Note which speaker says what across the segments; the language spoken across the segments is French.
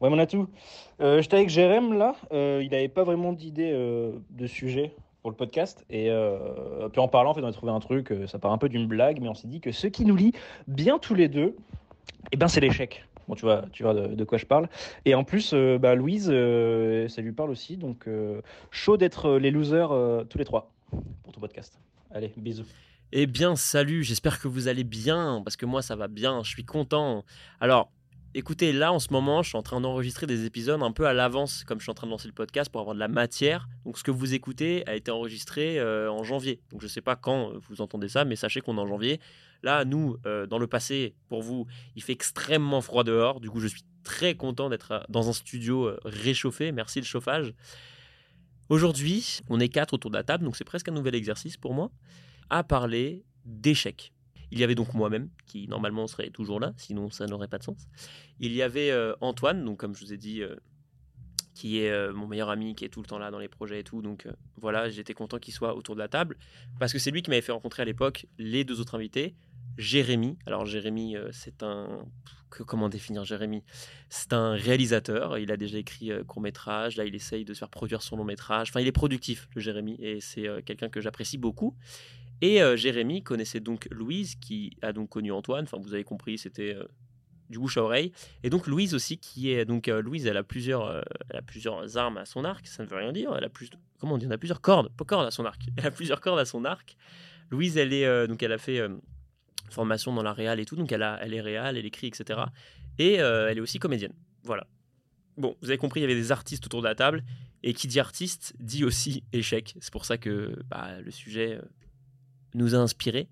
Speaker 1: Ouais, mon atout. Euh, j'étais avec Jérém là, euh, il n'avait pas vraiment d'idée euh, de sujet pour le podcast. Et euh, puis en parlant, en fait, on a trouvé un truc, euh, ça part un peu d'une blague, mais on s'est dit que ce qui nous lie bien tous les deux, eh ben, c'est l'échec. Bon, tu vois, tu vois de, de quoi je parle. Et en plus, euh, bah, Louise, euh, ça lui parle aussi. Donc, euh, chaud d'être euh, les losers euh, tous les trois pour ton podcast. Allez, bisous.
Speaker 2: Eh bien, salut, j'espère que vous allez bien, parce que moi, ça va bien, je suis content. Alors, écoutez, là, en ce moment, je suis en train d'enregistrer des épisodes un peu à l'avance, comme je suis en train de lancer le podcast, pour avoir de la matière. Donc, ce que vous écoutez a été enregistré euh, en janvier. Donc, je ne sais pas quand euh, vous entendez ça, mais sachez qu'on est en janvier. Là, nous, euh, dans le passé, pour vous, il fait extrêmement froid dehors. Du coup, je suis très content d'être euh, dans un studio euh, réchauffé. Merci le chauffage. Aujourd'hui, on est quatre autour de la table, donc c'est presque un nouvel exercice pour moi à parler d'échecs. Il y avait donc moi-même, qui normalement serait toujours là, sinon ça n'aurait pas de sens. Il y avait euh, Antoine, donc comme je vous ai dit, euh, qui est euh, mon meilleur ami, qui est tout le temps là dans les projets et tout. Donc euh, voilà, j'étais content qu'il soit autour de la table, parce que c'est lui qui m'avait fait rencontrer à l'époque les deux autres invités. Jérémy, alors Jérémy, euh, c'est un... Que, comment définir Jérémy C'est un réalisateur, il a déjà écrit court métrage, là il essaye de se faire produire son long métrage, enfin il est productif, le Jérémy, et c'est euh, quelqu'un que j'apprécie beaucoup. Et euh, Jérémy connaissait donc Louise, qui a donc connu Antoine. Enfin, vous avez compris, c'était euh, du bouche à oreille. Et donc Louise aussi, qui est donc euh, Louise, elle a plusieurs, euh, elle a plusieurs armes à son arc. Ça ne veut rien dire. Elle a plus, comment on dit, on a plusieurs cordes, pas cordes à son arc. Elle a plusieurs cordes à son arc. Louise, elle est euh, donc elle a fait euh, formation dans la réal et tout, donc elle a, elle est réal, elle écrit, etc. Et euh, elle est aussi comédienne. Voilà. Bon, vous avez compris, il y avait des artistes autour de la table. Et qui dit artiste dit aussi échec. C'est pour ça que bah, le sujet euh, nous a inspiré.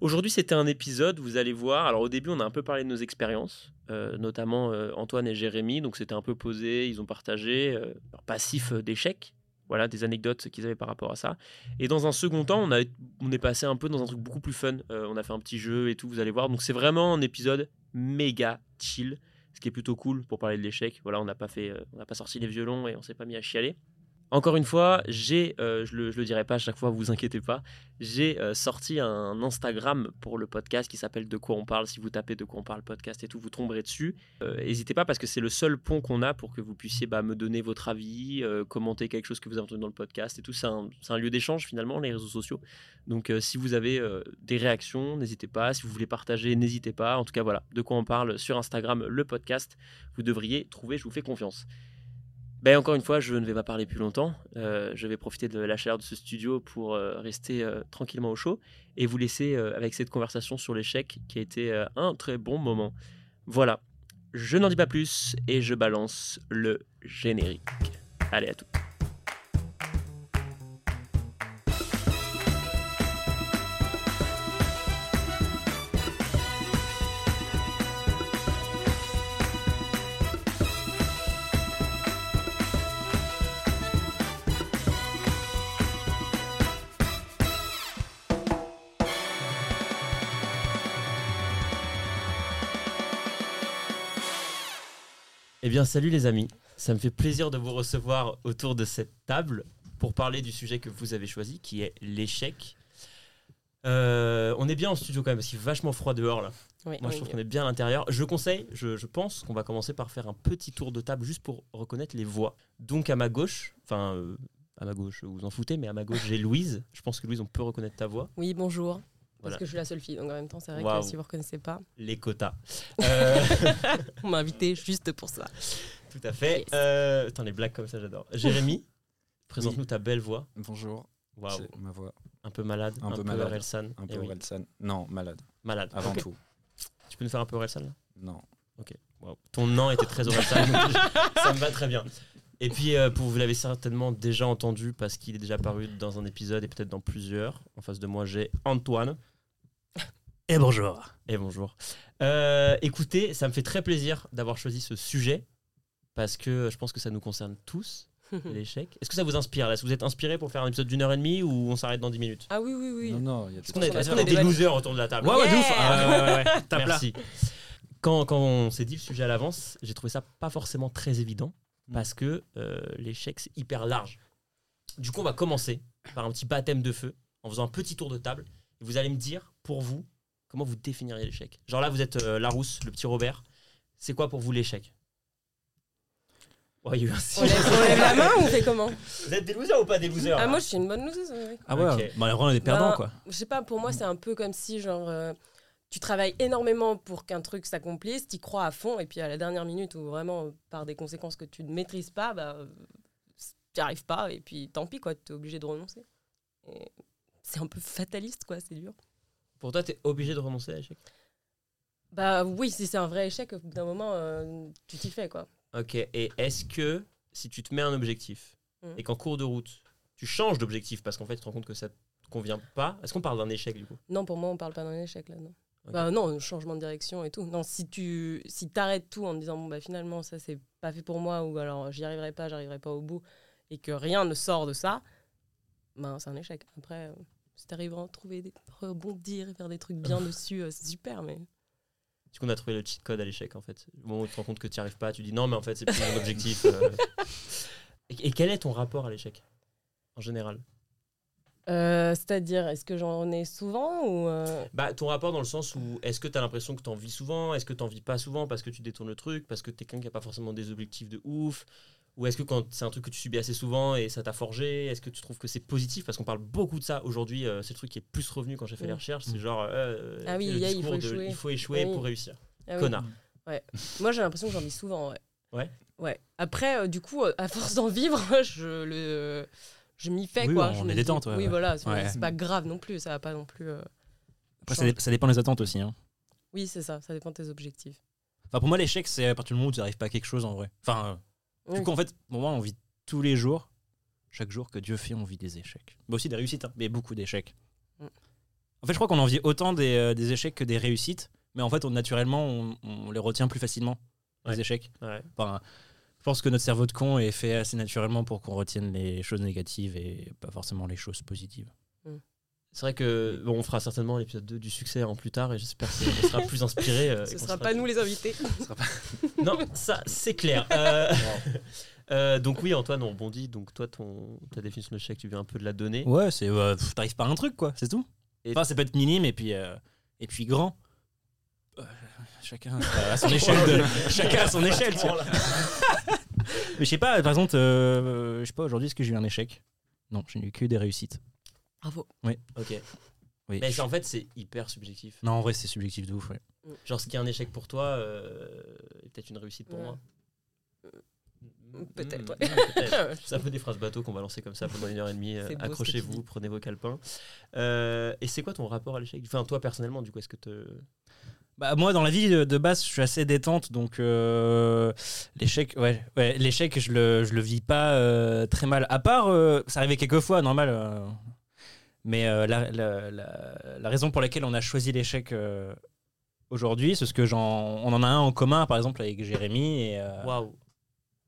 Speaker 2: Aujourd'hui, c'était un épisode, vous allez voir. Alors, au début, on a un peu parlé de nos expériences, euh, notamment euh, Antoine et Jérémy. Donc, c'était un peu posé, ils ont partagé euh, leur passif euh, d'échecs. Voilà, des anecdotes qu'ils avaient par rapport à ça. Et dans un second temps, on, a, on est passé un peu dans un truc beaucoup plus fun. Euh, on a fait un petit jeu et tout, vous allez voir. Donc, c'est vraiment un épisode méga chill, ce qui est plutôt cool pour parler de l'échec. Voilà, on n'a pas, fait, euh, on n'a pas sorti les violons et on s'est pas mis à chialer. Encore une fois, j'ai, euh, je, le, je le dirai pas à chaque fois, vous inquiétez pas, j'ai euh, sorti un Instagram pour le podcast qui s'appelle De quoi on parle. Si vous tapez De quoi on parle podcast et tout, vous tomberez dessus. Euh, N'hésitez pas parce que c'est le seul pont qu'on a pour que vous puissiez bah, me donner votre avis, euh, commenter quelque chose que vous avez entendu dans le podcast et tout. C'est un, c'est un lieu d'échange finalement, les réseaux sociaux. Donc euh, si vous avez euh, des réactions, n'hésitez pas. Si vous voulez partager, n'hésitez pas. En tout cas, voilà, De quoi on parle sur Instagram, le podcast. Vous devriez trouver, je vous fais confiance. Ben, encore une fois, je ne vais pas parler plus longtemps. Euh, je vais profiter de la chaleur de ce studio pour euh, rester euh, tranquillement au chaud et vous laisser euh, avec cette conversation sur l'échec qui a été euh, un très bon moment. Voilà, je n'en dis pas plus et je balance le générique. Allez, à tout. Eh bien, salut les amis. Ça me fait plaisir de vous recevoir autour de cette table pour parler du sujet que vous avez choisi, qui est l'échec. Euh, on est bien en studio quand même, parce qu'il fait vachement froid dehors là.
Speaker 3: Oui,
Speaker 2: Moi, je
Speaker 3: oui.
Speaker 2: trouve qu'on est bien à l'intérieur. Je conseille, je, je pense qu'on va commencer par faire un petit tour de table juste pour reconnaître les voix. Donc, à ma gauche, enfin, euh, à ma gauche, vous vous en foutez, mais à ma gauche, j'ai Louise. Je pense que Louise, on peut reconnaître ta voix.
Speaker 3: Oui, bonjour. Parce
Speaker 2: Voilà.
Speaker 3: que je suis la seule fille, donc en même temps, c'est vrai
Speaker 2: Waouh.
Speaker 3: que si vous ne reconnaissez pas,
Speaker 2: Les quotas. Euh,
Speaker 3: on m'a invité juste pour ça.
Speaker 2: tout à fait.
Speaker 3: Yes.
Speaker 2: Euh, Putain, les blagues comme ça, j'adore. Jérémy, présente-nous ta belle voix.
Speaker 4: Bonjour,
Speaker 2: Waouh.
Speaker 4: c'est ma voix,
Speaker 2: Un peu malade, un,
Speaker 4: Un peu
Speaker 2: peu,
Speaker 4: malade,
Speaker 2: Orelsan.
Speaker 4: un
Speaker 2: Eh
Speaker 4: peu
Speaker 2: oui,
Speaker 4: Orelsan. Non, malade,
Speaker 2: Malade.
Speaker 4: avant
Speaker 2: Ok.
Speaker 4: tout.
Speaker 2: Tu peux nous faire un peu Orelsan là
Speaker 4: Non.
Speaker 2: Wow. Ton nom était très Orelsan, donc je- ça me va très bien. Et puis, euh, pour, vous l'avez certainement déjà entendu parce qu'il est déjà paru dans un épisode et peut-être dans plusieurs. En face de moi, j'ai Antoine.
Speaker 5: Et bonjour.
Speaker 2: Et bonjour. Euh, écoutez, ça me fait très plaisir d'avoir choisi ce sujet parce que je pense que ça nous concerne tous,
Speaker 3: Hmm.
Speaker 2: l'échec. Est-ce que ça vous inspire là Est-ce que vous êtes inspiré pour faire un épisode d'une heure et demie ou on s'arrête dans dix minutes
Speaker 3: Ah oui, oui, oui.
Speaker 4: Non, non, il y a
Speaker 2: Est-ce
Speaker 4: des
Speaker 2: qu'on est,
Speaker 3: Je pense
Speaker 2: est-ce
Speaker 3: qu'on
Speaker 2: qu'on
Speaker 3: a
Speaker 2: est
Speaker 3: des
Speaker 2: des
Speaker 3: bonnes-
Speaker 2: losers autour de la table
Speaker 5: Ouais, ouais, de
Speaker 3: Yeah
Speaker 5: ouf. Ah, ouais, ouais, ouais, ouais. Tape là.
Speaker 2: Merci. Quand, quand on s'est dit le sujet à l'avance, j'ai trouvé ça pas forcément très évident parce que euh, l'échec, c'est hyper large. Du coup, on va commencer par un petit baptême de feu en faisant un petit tour de table. Et vous allez me dire, pour vous, comment vous définiriez l'échec Genre là, vous êtes euh, Larousse, le petit Robert. C'est quoi pour vous l'échec Oh, il y a eu un
Speaker 3: On lève, on lève la main ou on fait comment
Speaker 2: Vous êtes des losers ou pas des losers
Speaker 3: Ah,
Speaker 2: là
Speaker 3: moi, je suis une bonne loseuse. ouais, ouais.
Speaker 6: Ah ouais,
Speaker 2: Ok.
Speaker 6: bah, vraiment, on est des perdants,
Speaker 3: Ben,
Speaker 6: quoi.
Speaker 3: Je sais pas, pour moi, c'est un peu comme si, genre, euh, tu travailles énormément pour qu'un truc s'accomplisse, tu crois à fond, et puis à la dernière minute, ou vraiment, euh, par des conséquences que tu ne maîtrises pas, bah, tu arrives pas, et puis tant pis, quoi, tu es obligé de renoncer. Et C'est un peu fataliste, quoi, c'est dur.
Speaker 2: Pour toi, t'es obligé de renoncer à l'échec.
Speaker 3: Bah oui, si c'est un vrai échec, au bout d'un moment, euh, tu t'y fais, quoi.
Speaker 2: Ok, et est-ce que si tu te mets un objectif
Speaker 3: Mhm.
Speaker 2: et qu'en cours de route, tu changes d'objectif parce qu'en fait, tu te rends compte que ça te convient pas, est-ce qu'on parle d'un échec du coup
Speaker 3: Non, pour moi, on parle pas d'un échec, là, non.
Speaker 2: Ok.
Speaker 3: Bah non, changement de direction et tout. Non, si tu si t'arrêtes tout en te disant bon bah finalement ça c'est pas fait pour moi ou alors j'y arriverai pas, j'arriverai pas au bout et que rien ne sort de ça, ben c'est un échec. Après euh, si t'arrives à en trouver des rebondir et faire des trucs bien dessus, euh, c'est super mais
Speaker 2: Du coup, on a trouvé le cheat code à l'échec en fait. Au moment où tu te rends compte que tu n'y arrives pas, tu dis non, mais en fait, c'est plus mon objectif. euh. Et, et quel est ton rapport à l'échec en général
Speaker 3: Euh, c'est-à-dire est-ce que j'en ai souvent ou euh,
Speaker 2: Bah, ton rapport dans le sens où est-ce que tu as l'impression que tu en vis souvent Est-ce que tu vis pas souvent parce que tu détournes le truc Parce que tu es quelqu'un qui n'a pas forcément des objectifs de ouf Ou est-ce que quand c'est un truc que tu subis assez souvent et ça t'a forgé Est-ce que tu trouves que c'est positif Parce qu'on parle beaucoup de ça aujourd'hui. euh, c'est le truc qui est plus revenu quand j'ai fait les
Speaker 3: Mm.
Speaker 2: recherches. C'est genre. euh,
Speaker 3: Ah oui,
Speaker 2: le
Speaker 3: il y a, il
Speaker 2: discours
Speaker 3: faut
Speaker 2: de
Speaker 3: échouer.
Speaker 2: il faut échouer
Speaker 3: Oui.
Speaker 2: pour réussir.
Speaker 3: ah oui.
Speaker 2: Connard.
Speaker 3: Moi, j'ai l'impression que j'en vis souvent, ouais.
Speaker 2: Ouais.
Speaker 3: Ouais. Après, euh, du coup, euh, à force d'en vivre, je le, je m'y fais
Speaker 6: Oui,
Speaker 3: quoi.
Speaker 6: on
Speaker 3: Je
Speaker 6: est
Speaker 3: me dis,
Speaker 6: détente, ouais,
Speaker 3: Oui,
Speaker 6: ouais.
Speaker 3: voilà, c'est
Speaker 6: Ouais.
Speaker 3: c'est pas grave non plus, ça va pas non plus. euh,
Speaker 6: Après, ça,
Speaker 3: changer.
Speaker 6: dé- ça dépend des attentes aussi. Hein.
Speaker 3: Oui, c'est ça, ça dépend de tes objectifs.
Speaker 6: Enfin, pour moi, l'échec, c'est à partir du moment où tu n'arrives pas à quelque chose en vrai. Enfin, euh, du
Speaker 2: Mm.
Speaker 3: Oui.
Speaker 6: coup, en fait, pour moi, on vit tous les jours, chaque jour que Dieu fait, on vit des échecs. Mais aussi des réussites, hein, mais beaucoup d'échecs.
Speaker 3: Mm.
Speaker 6: En fait, je crois qu'on en vit autant des, euh, des échecs que des réussites, mais en fait, on, naturellement, on, on les retient plus facilement,
Speaker 2: Ouais.
Speaker 6: les échecs.
Speaker 2: Ouais.
Speaker 6: Enfin, je pense que notre cerveau de con est fait assez naturellement pour qu'on retienne les choses négatives et pas forcément les choses positives.
Speaker 2: C'est vrai que bon, on fera certainement l'épisode 2 du succès en plus tard et j'espère qu'on sera plus inspiré. euh, et
Speaker 3: Ce
Speaker 2: qu'on
Speaker 3: sera pas nous les invités.
Speaker 2: Non, ça c'est clair. Euh, euh, donc oui, Antoine, on rebondit. Donc toi, ton, ta définition de l'échec, tu viens un peu de la donner.
Speaker 6: Ouais, c'est. euh, pff, T'arrives par un truc, quoi, c'est tout.
Speaker 2: Et-
Speaker 6: Enfin, ça peut être minime et puis, euh, et puis grand. Euh, chacun à son échelle.
Speaker 2: Voilà,
Speaker 6: de- chacun à son échelle, tu vois. Mais je sais pas, par exemple, euh, je sais pas, aujourd'hui, est-ce que j'ai eu un échec Non, j'ai eu que des réussites.
Speaker 3: Bravo.
Speaker 2: Ok.
Speaker 6: Oui.
Speaker 2: Mais c'est- en fait, c'est hyper subjectif.
Speaker 6: Non, en vrai, c'est subjectif de ouf, ouais.
Speaker 2: Genre, ce qui est un échec pour toi euh, est peut-être une réussite pour
Speaker 3: Ouais. Euh,
Speaker 2: moi.
Speaker 3: Peut-être,
Speaker 2: Mm,
Speaker 3: ouais.
Speaker 2: mm, peut-être. C'est un peu des phrases bateau qu'on va lancer comme ça pendant une heure et demie. euh,
Speaker 3: C'est beau ce que tu
Speaker 2: Accrochez-vous,
Speaker 3: dis.
Speaker 2: prenez vos calepins. Euh, et c'est quoi ton rapport à l'échec Enfin, toi personnellement, du coup, est-ce que te...
Speaker 6: Bah, moi, dans la vie de de base, je suis assez détente, donc euh, l'échec, ouais, ouais, l'échec, je le, je le vis pas euh, très mal. À part, euh, ça arrivait quelques fois, normal. euh, mais euh, la, la- la- la raison pour laquelle on a choisi l'échec euh, aujourd'hui, c'est ce que j'en, on en a un en commun, par exemple avec Jérémy. Et, euh,
Speaker 2: Waouh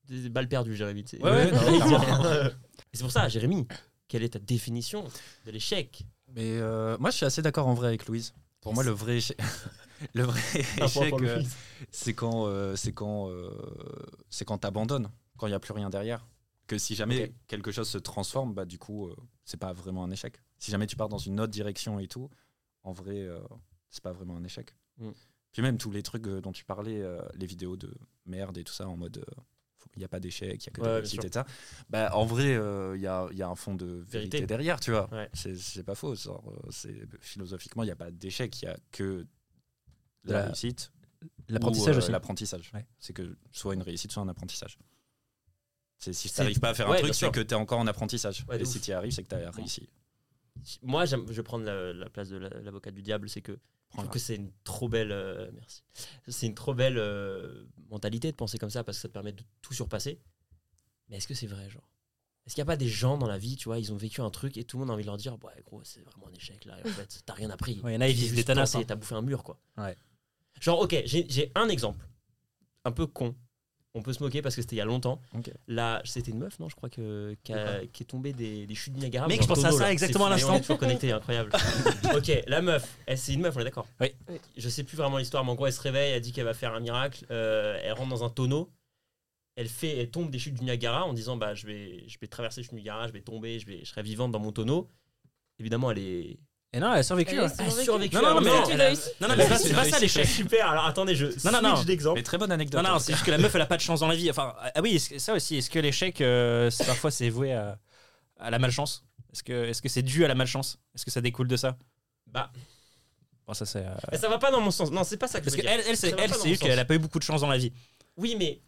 Speaker 2: Des balles perdues, Jérémy. tu sais.
Speaker 6: Ouais, ouais, non,
Speaker 2: Et c'est pour ça, Jérémy, quelle est ta définition de l'échec
Speaker 4: Mais euh, moi, je suis assez d'accord en vrai avec Louise. Pour moi, le vrai échec, le vrai échec, euh, c'est quand, euh, c'est quand, euh, c'est quand t'abandonnes, quand il n'y a plus rien derrière. Que si jamais
Speaker 2: Ok.
Speaker 4: quelque chose se transforme, bah du coup, euh, c'est pas vraiment un échec. Si jamais tu pars dans une autre direction et tout, en vrai, euh, c'est pas vraiment un échec.
Speaker 2: Mm.
Speaker 4: Puis même tous les trucs euh, dont tu parlais, euh, les vidéos de merde et tout ça, en mode, euh, faut- il n'y a pas d'échec, il n'y a que
Speaker 2: Ouais,
Speaker 4: des
Speaker 2: bien
Speaker 4: réussites
Speaker 2: sûr.
Speaker 4: et ça. Bah en vrai, euh, il y, a, il y a un fond de vérité,
Speaker 2: Vérité.
Speaker 4: derrière, tu vois.
Speaker 2: Ouais.
Speaker 4: C'est- C'est pas faux. genre, euh, c'est- philosophiquement, il n'y a pas d'échec, il y a que de
Speaker 6: La-
Speaker 4: la réussite
Speaker 6: L'apprentissage
Speaker 4: ou, euh,
Speaker 6: aussi.
Speaker 4: L'apprentissage.
Speaker 6: Ouais.
Speaker 4: C'est que soit une réussite, soit un apprentissage. C'est si
Speaker 2: C'est-
Speaker 4: tu n'arrives pas à faire
Speaker 2: Ouais,
Speaker 4: un
Speaker 2: bien
Speaker 4: truc,
Speaker 2: sûr.
Speaker 4: c'est que tu es encore en apprentissage.
Speaker 2: Ouais, de
Speaker 4: Et
Speaker 2: ouf.
Speaker 4: si tu y arrives, c'est que tu as réussi.
Speaker 2: Moi, j'aime- je vais prendre la, la place de la- l'avocat du diable, c'est que je trouve
Speaker 4: Prends-la.
Speaker 2: que c'est une trop belle, euh, merci. C'est une trop belle euh, mentalité de penser comme ça parce que ça te permet de tout surpasser. Mais est-ce que c'est vrai, genre Est-ce qu'il n'y a pas des gens dans la vie, tu vois, ils ont vécu un truc et tout le monde a envie de leur dire, ouais, gros, c'est vraiment un échec là. Et en fait, t'as rien appris.
Speaker 6: Ouais, y en a, ils
Speaker 2: Tu t'es
Speaker 6: vivent des
Speaker 2: juste
Speaker 6: Thanos,
Speaker 2: planté,
Speaker 6: hein.
Speaker 2: T'as bouffé un mur, quoi.
Speaker 6: Ouais.
Speaker 2: Genre, ok, j'ai j'ai un exemple, un peu con. On peut se moquer parce que c'était il y a longtemps.
Speaker 4: Ok.
Speaker 2: Là, c'était une meuf, non Je crois que qui, a- qui est tombée des, des chutes du Niagara.
Speaker 6: Mec,
Speaker 2: dans
Speaker 6: je
Speaker 2: le
Speaker 6: pensais à
Speaker 2: tonneau,
Speaker 6: ça
Speaker 2: là.
Speaker 6: exactement
Speaker 2: C'est fou,
Speaker 6: à l'instant.
Speaker 2: mais On est toujours connectés, incroyable. ok, la meuf, elle, c'est une meuf, on est d'accord.
Speaker 6: Oui.
Speaker 3: Oui.
Speaker 2: Je sais plus vraiment l'histoire, mais en gros, elle se réveille, elle dit qu'elle va faire un miracle. euh, elle rentre dans un tonneau. Elle, fait, elle tombe des chutes du Niagara en disant bah, je, vais, je vais traverser les chutes du Niagara, je vais tomber, je, vais, je serai vivante dans mon tonneau. Évidemment, elle est
Speaker 6: Et non, elle a survécu.
Speaker 3: Elle a
Speaker 6: hein.
Speaker 3: survécu.
Speaker 6: Non, non, non, mais
Speaker 3: Elle a
Speaker 6: elle a-
Speaker 3: réussi.
Speaker 6: Non, non, mais
Speaker 4: Elle a
Speaker 6: c'est pas- c'est pas ça
Speaker 4: survécu.
Speaker 6: l'échec.
Speaker 2: Super, alors attendez, je
Speaker 6: Non, non, non.
Speaker 2: switch d'exemple.
Speaker 4: Mais très bonne anecdote.
Speaker 6: Non, non,
Speaker 4: en
Speaker 6: c'est
Speaker 4: tout
Speaker 6: juste que la meuf, elle a pas de chance dans la vie. Enfin, ah oui, est-ce que- ça aussi. Est-ce que l'échec, euh, c'est- parfois, c'est voué à, à la malchance Est-ce que est-ce que c'est dû à la malchance Est-ce que ça découle de ça
Speaker 2: Bah,
Speaker 6: Bon, ça, c'est. euh,
Speaker 2: mais ça va pas dans mon sens. Non, c'est pas ça que
Speaker 6: Parce
Speaker 2: je veux
Speaker 6: qu'elle,
Speaker 2: dire.
Speaker 6: elle, elle,
Speaker 2: Ça
Speaker 6: c'est-
Speaker 2: va pas
Speaker 6: elle,
Speaker 2: dans
Speaker 6: c'est
Speaker 2: mon
Speaker 6: eu qu'elle
Speaker 2: sens.
Speaker 6: a pas eu beaucoup de chance dans la vie.
Speaker 2: Oui, mais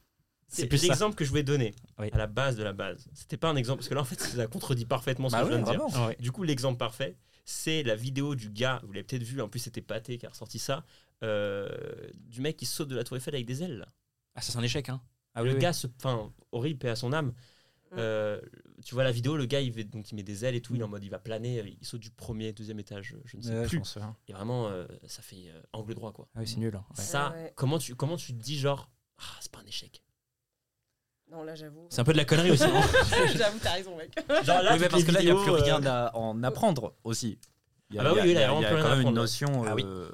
Speaker 2: c'est
Speaker 6: C'est plus ça.
Speaker 2: l'exemple que je voulais donner
Speaker 6: Oui.
Speaker 2: à la base de la base. C'était pas un exemple parce que là en fait ça contredit parfaitement
Speaker 6: Bah
Speaker 2: ce que je viens de dire.
Speaker 6: Ouais.
Speaker 2: Du coup, l'exemple parfait, c'est la vidéo du gars, vous l'avez peut-être vu, en plus c'était Pathé qui a ressorti ça, euh, du mec qui saute de la tour Eiffel avec des ailes. là.
Speaker 6: Ah, ça, c'est un échec, hein. Ah,
Speaker 2: le
Speaker 6: oui, oui.
Speaker 2: gars, se- enfin, horrible, paix à son âme.
Speaker 3: Mm.
Speaker 2: Euh, tu vois la vidéo, le gars il, fait- donc, il met des ailes et tout, il
Speaker 6: Mm.
Speaker 2: est en mode il va planer, euh, il saute du premier, deuxième étage, euh, je ne sais
Speaker 4: Ouais, je
Speaker 2: plus.
Speaker 4: pense, hein.
Speaker 2: Et vraiment, euh, ça fait euh, angle droit quoi.
Speaker 6: Ah oui, c'est nul. hein. Ouais.
Speaker 2: Ça,
Speaker 3: ouais.
Speaker 2: comment tu comment tu te dis genre, ah, c'est pas un échec.
Speaker 3: Non, là, j'avoue.
Speaker 6: C'est un peu de la connerie aussi. hein.
Speaker 3: j'avoue, t'as raison, mec.
Speaker 2: Genre
Speaker 4: Oui, mais parce
Speaker 2: toutes
Speaker 4: que
Speaker 2: les
Speaker 4: là, il n'y a
Speaker 2: vidéos,
Speaker 4: plus
Speaker 2: euh,
Speaker 4: rien à en apprendre aussi. Il y a,
Speaker 2: Ah bah oui,
Speaker 4: il y a-
Speaker 2: oui, là,
Speaker 4: il y a-
Speaker 2: vraiment
Speaker 4: il y a
Speaker 2: plus rien à
Speaker 4: quand même une
Speaker 2: apprendre.
Speaker 4: notion
Speaker 2: Ah oui.
Speaker 4: euh,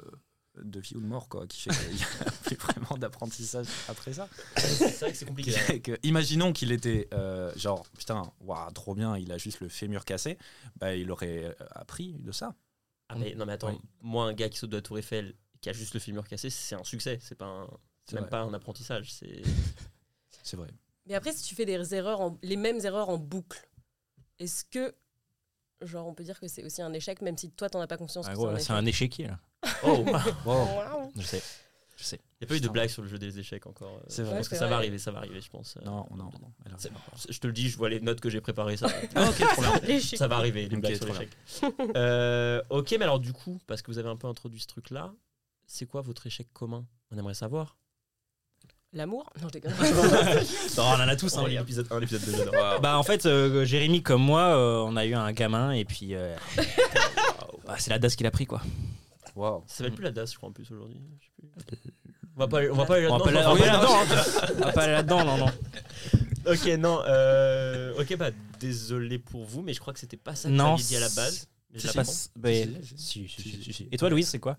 Speaker 4: de vie ou de mort quoi, qui fait qu'il n'y a plus vraiment d'apprentissage après ça.
Speaker 2: c'est vrai que c'est compliqué.
Speaker 4: Qui fait que, imaginons qu'il était euh, genre, putain, waouh, trop bien, il a juste le fémur cassé, bah, il aurait euh, appris de ça.
Speaker 2: Ah mais, non mais attends,
Speaker 4: Oui.
Speaker 2: moi un gars qui saute de la tour Eiffel qui a juste le fémur cassé, c'est un succès, c'est pas un-
Speaker 4: C'est
Speaker 2: c'est même
Speaker 4: vrai.
Speaker 2: pas un apprentissage, c'est
Speaker 4: C'est vrai.
Speaker 3: Mais après, si tu fais des erreurs, en- les mêmes erreurs en boucle, est-ce que, genre, on peut dire que c'est aussi un échec, même si toi, t'en as pas conscience
Speaker 6: Ah,
Speaker 3: que
Speaker 6: gros, là,
Speaker 3: c'est
Speaker 6: c'est
Speaker 3: un échec
Speaker 6: un échec, là.
Speaker 2: oh,
Speaker 3: Waouh.
Speaker 6: Je sais.
Speaker 2: il y a pas eu de
Speaker 4: Putain.
Speaker 2: blague sur le jeu des échecs encore. euh,
Speaker 4: C'est vrai.
Speaker 2: Je
Speaker 3: Ouais,
Speaker 2: pense que
Speaker 3: c'est
Speaker 2: ça va
Speaker 3: vrai.
Speaker 2: arriver, ça va arriver, je pense. euh.
Speaker 4: Non, non, non. elle
Speaker 2: C'est-
Speaker 4: arrivera pas.
Speaker 2: Je te le dis, je vois les notes que j'ai préparées, ça.
Speaker 4: Ah, ok, trop bien.
Speaker 3: L'échec.
Speaker 2: ça va arriver, les
Speaker 4: Ok,
Speaker 2: blagues sur
Speaker 4: trop
Speaker 2: l'échec. Euh, ok, mais alors du coup, parce que vous avez un peu introduit ce truc-là, c'est quoi votre échec commun On aimerait savoir.
Speaker 3: L'amour Non, je déconne.
Speaker 6: Non, on en a tous,
Speaker 2: Oh,
Speaker 6: hein, les gars.
Speaker 2: l'épisode 1, l'épisode 2, j'adore.
Speaker 6: Bah en fait, euh, Jérémy comme moi, euh, on a eu un gamin et puis euh, bah, c'est la DAS qu'il a pris quoi.
Speaker 4: Waouh.
Speaker 2: Ça s'appelle plus la DAS, je crois, en plus aujourd'hui. Je sais plus. On va pas aller- on va pas aller
Speaker 6: On va
Speaker 2: là-dedans,
Speaker 6: pas aller
Speaker 2: on va pas aller
Speaker 6: là-dedans. hein. On va pas aller là-dedans, non non.
Speaker 2: Ok, non. euh, ok, bah désolé pour vous, mais je crois que c'était pas ça que
Speaker 6: Non,
Speaker 2: j'avais dit à la base. Mais je
Speaker 6: C'est
Speaker 2: l'apprends.
Speaker 6: pas- bah, si, si, si, si, si. Et toi Louise, c'est quoi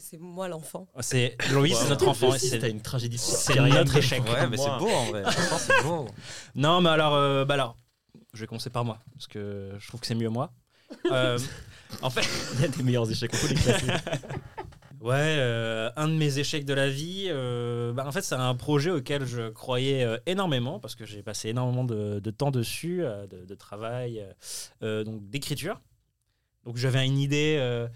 Speaker 3: C'est moi l'enfant.
Speaker 6: Oh, C'est Louise, c'est
Speaker 2: Wow.
Speaker 6: notre enfant. et
Speaker 2: C'était
Speaker 6: c'est-
Speaker 2: une tragédie.
Speaker 6: C'est
Speaker 2: sérielle.
Speaker 6: notre échec.
Speaker 4: Ouais, mais c'est
Speaker 2: Moi.
Speaker 4: beau en vrai. Franchement, c'est beau.
Speaker 6: Non mais alors, euh, bah alors, je vais commencer par moi parce que je trouve que c'est mieux moi. Euh, en fait,
Speaker 2: Il y a des meilleurs échecs. On peut les classer.
Speaker 6: Ouais, euh, un de mes échecs de la vie. euh, bah, en fait, c'est un projet auquel je croyais euh, énormément parce que j'ai passé énormément de, de temps dessus, euh, de, de travail, euh, euh, donc d'écriture. Donc j'avais une idée. euh,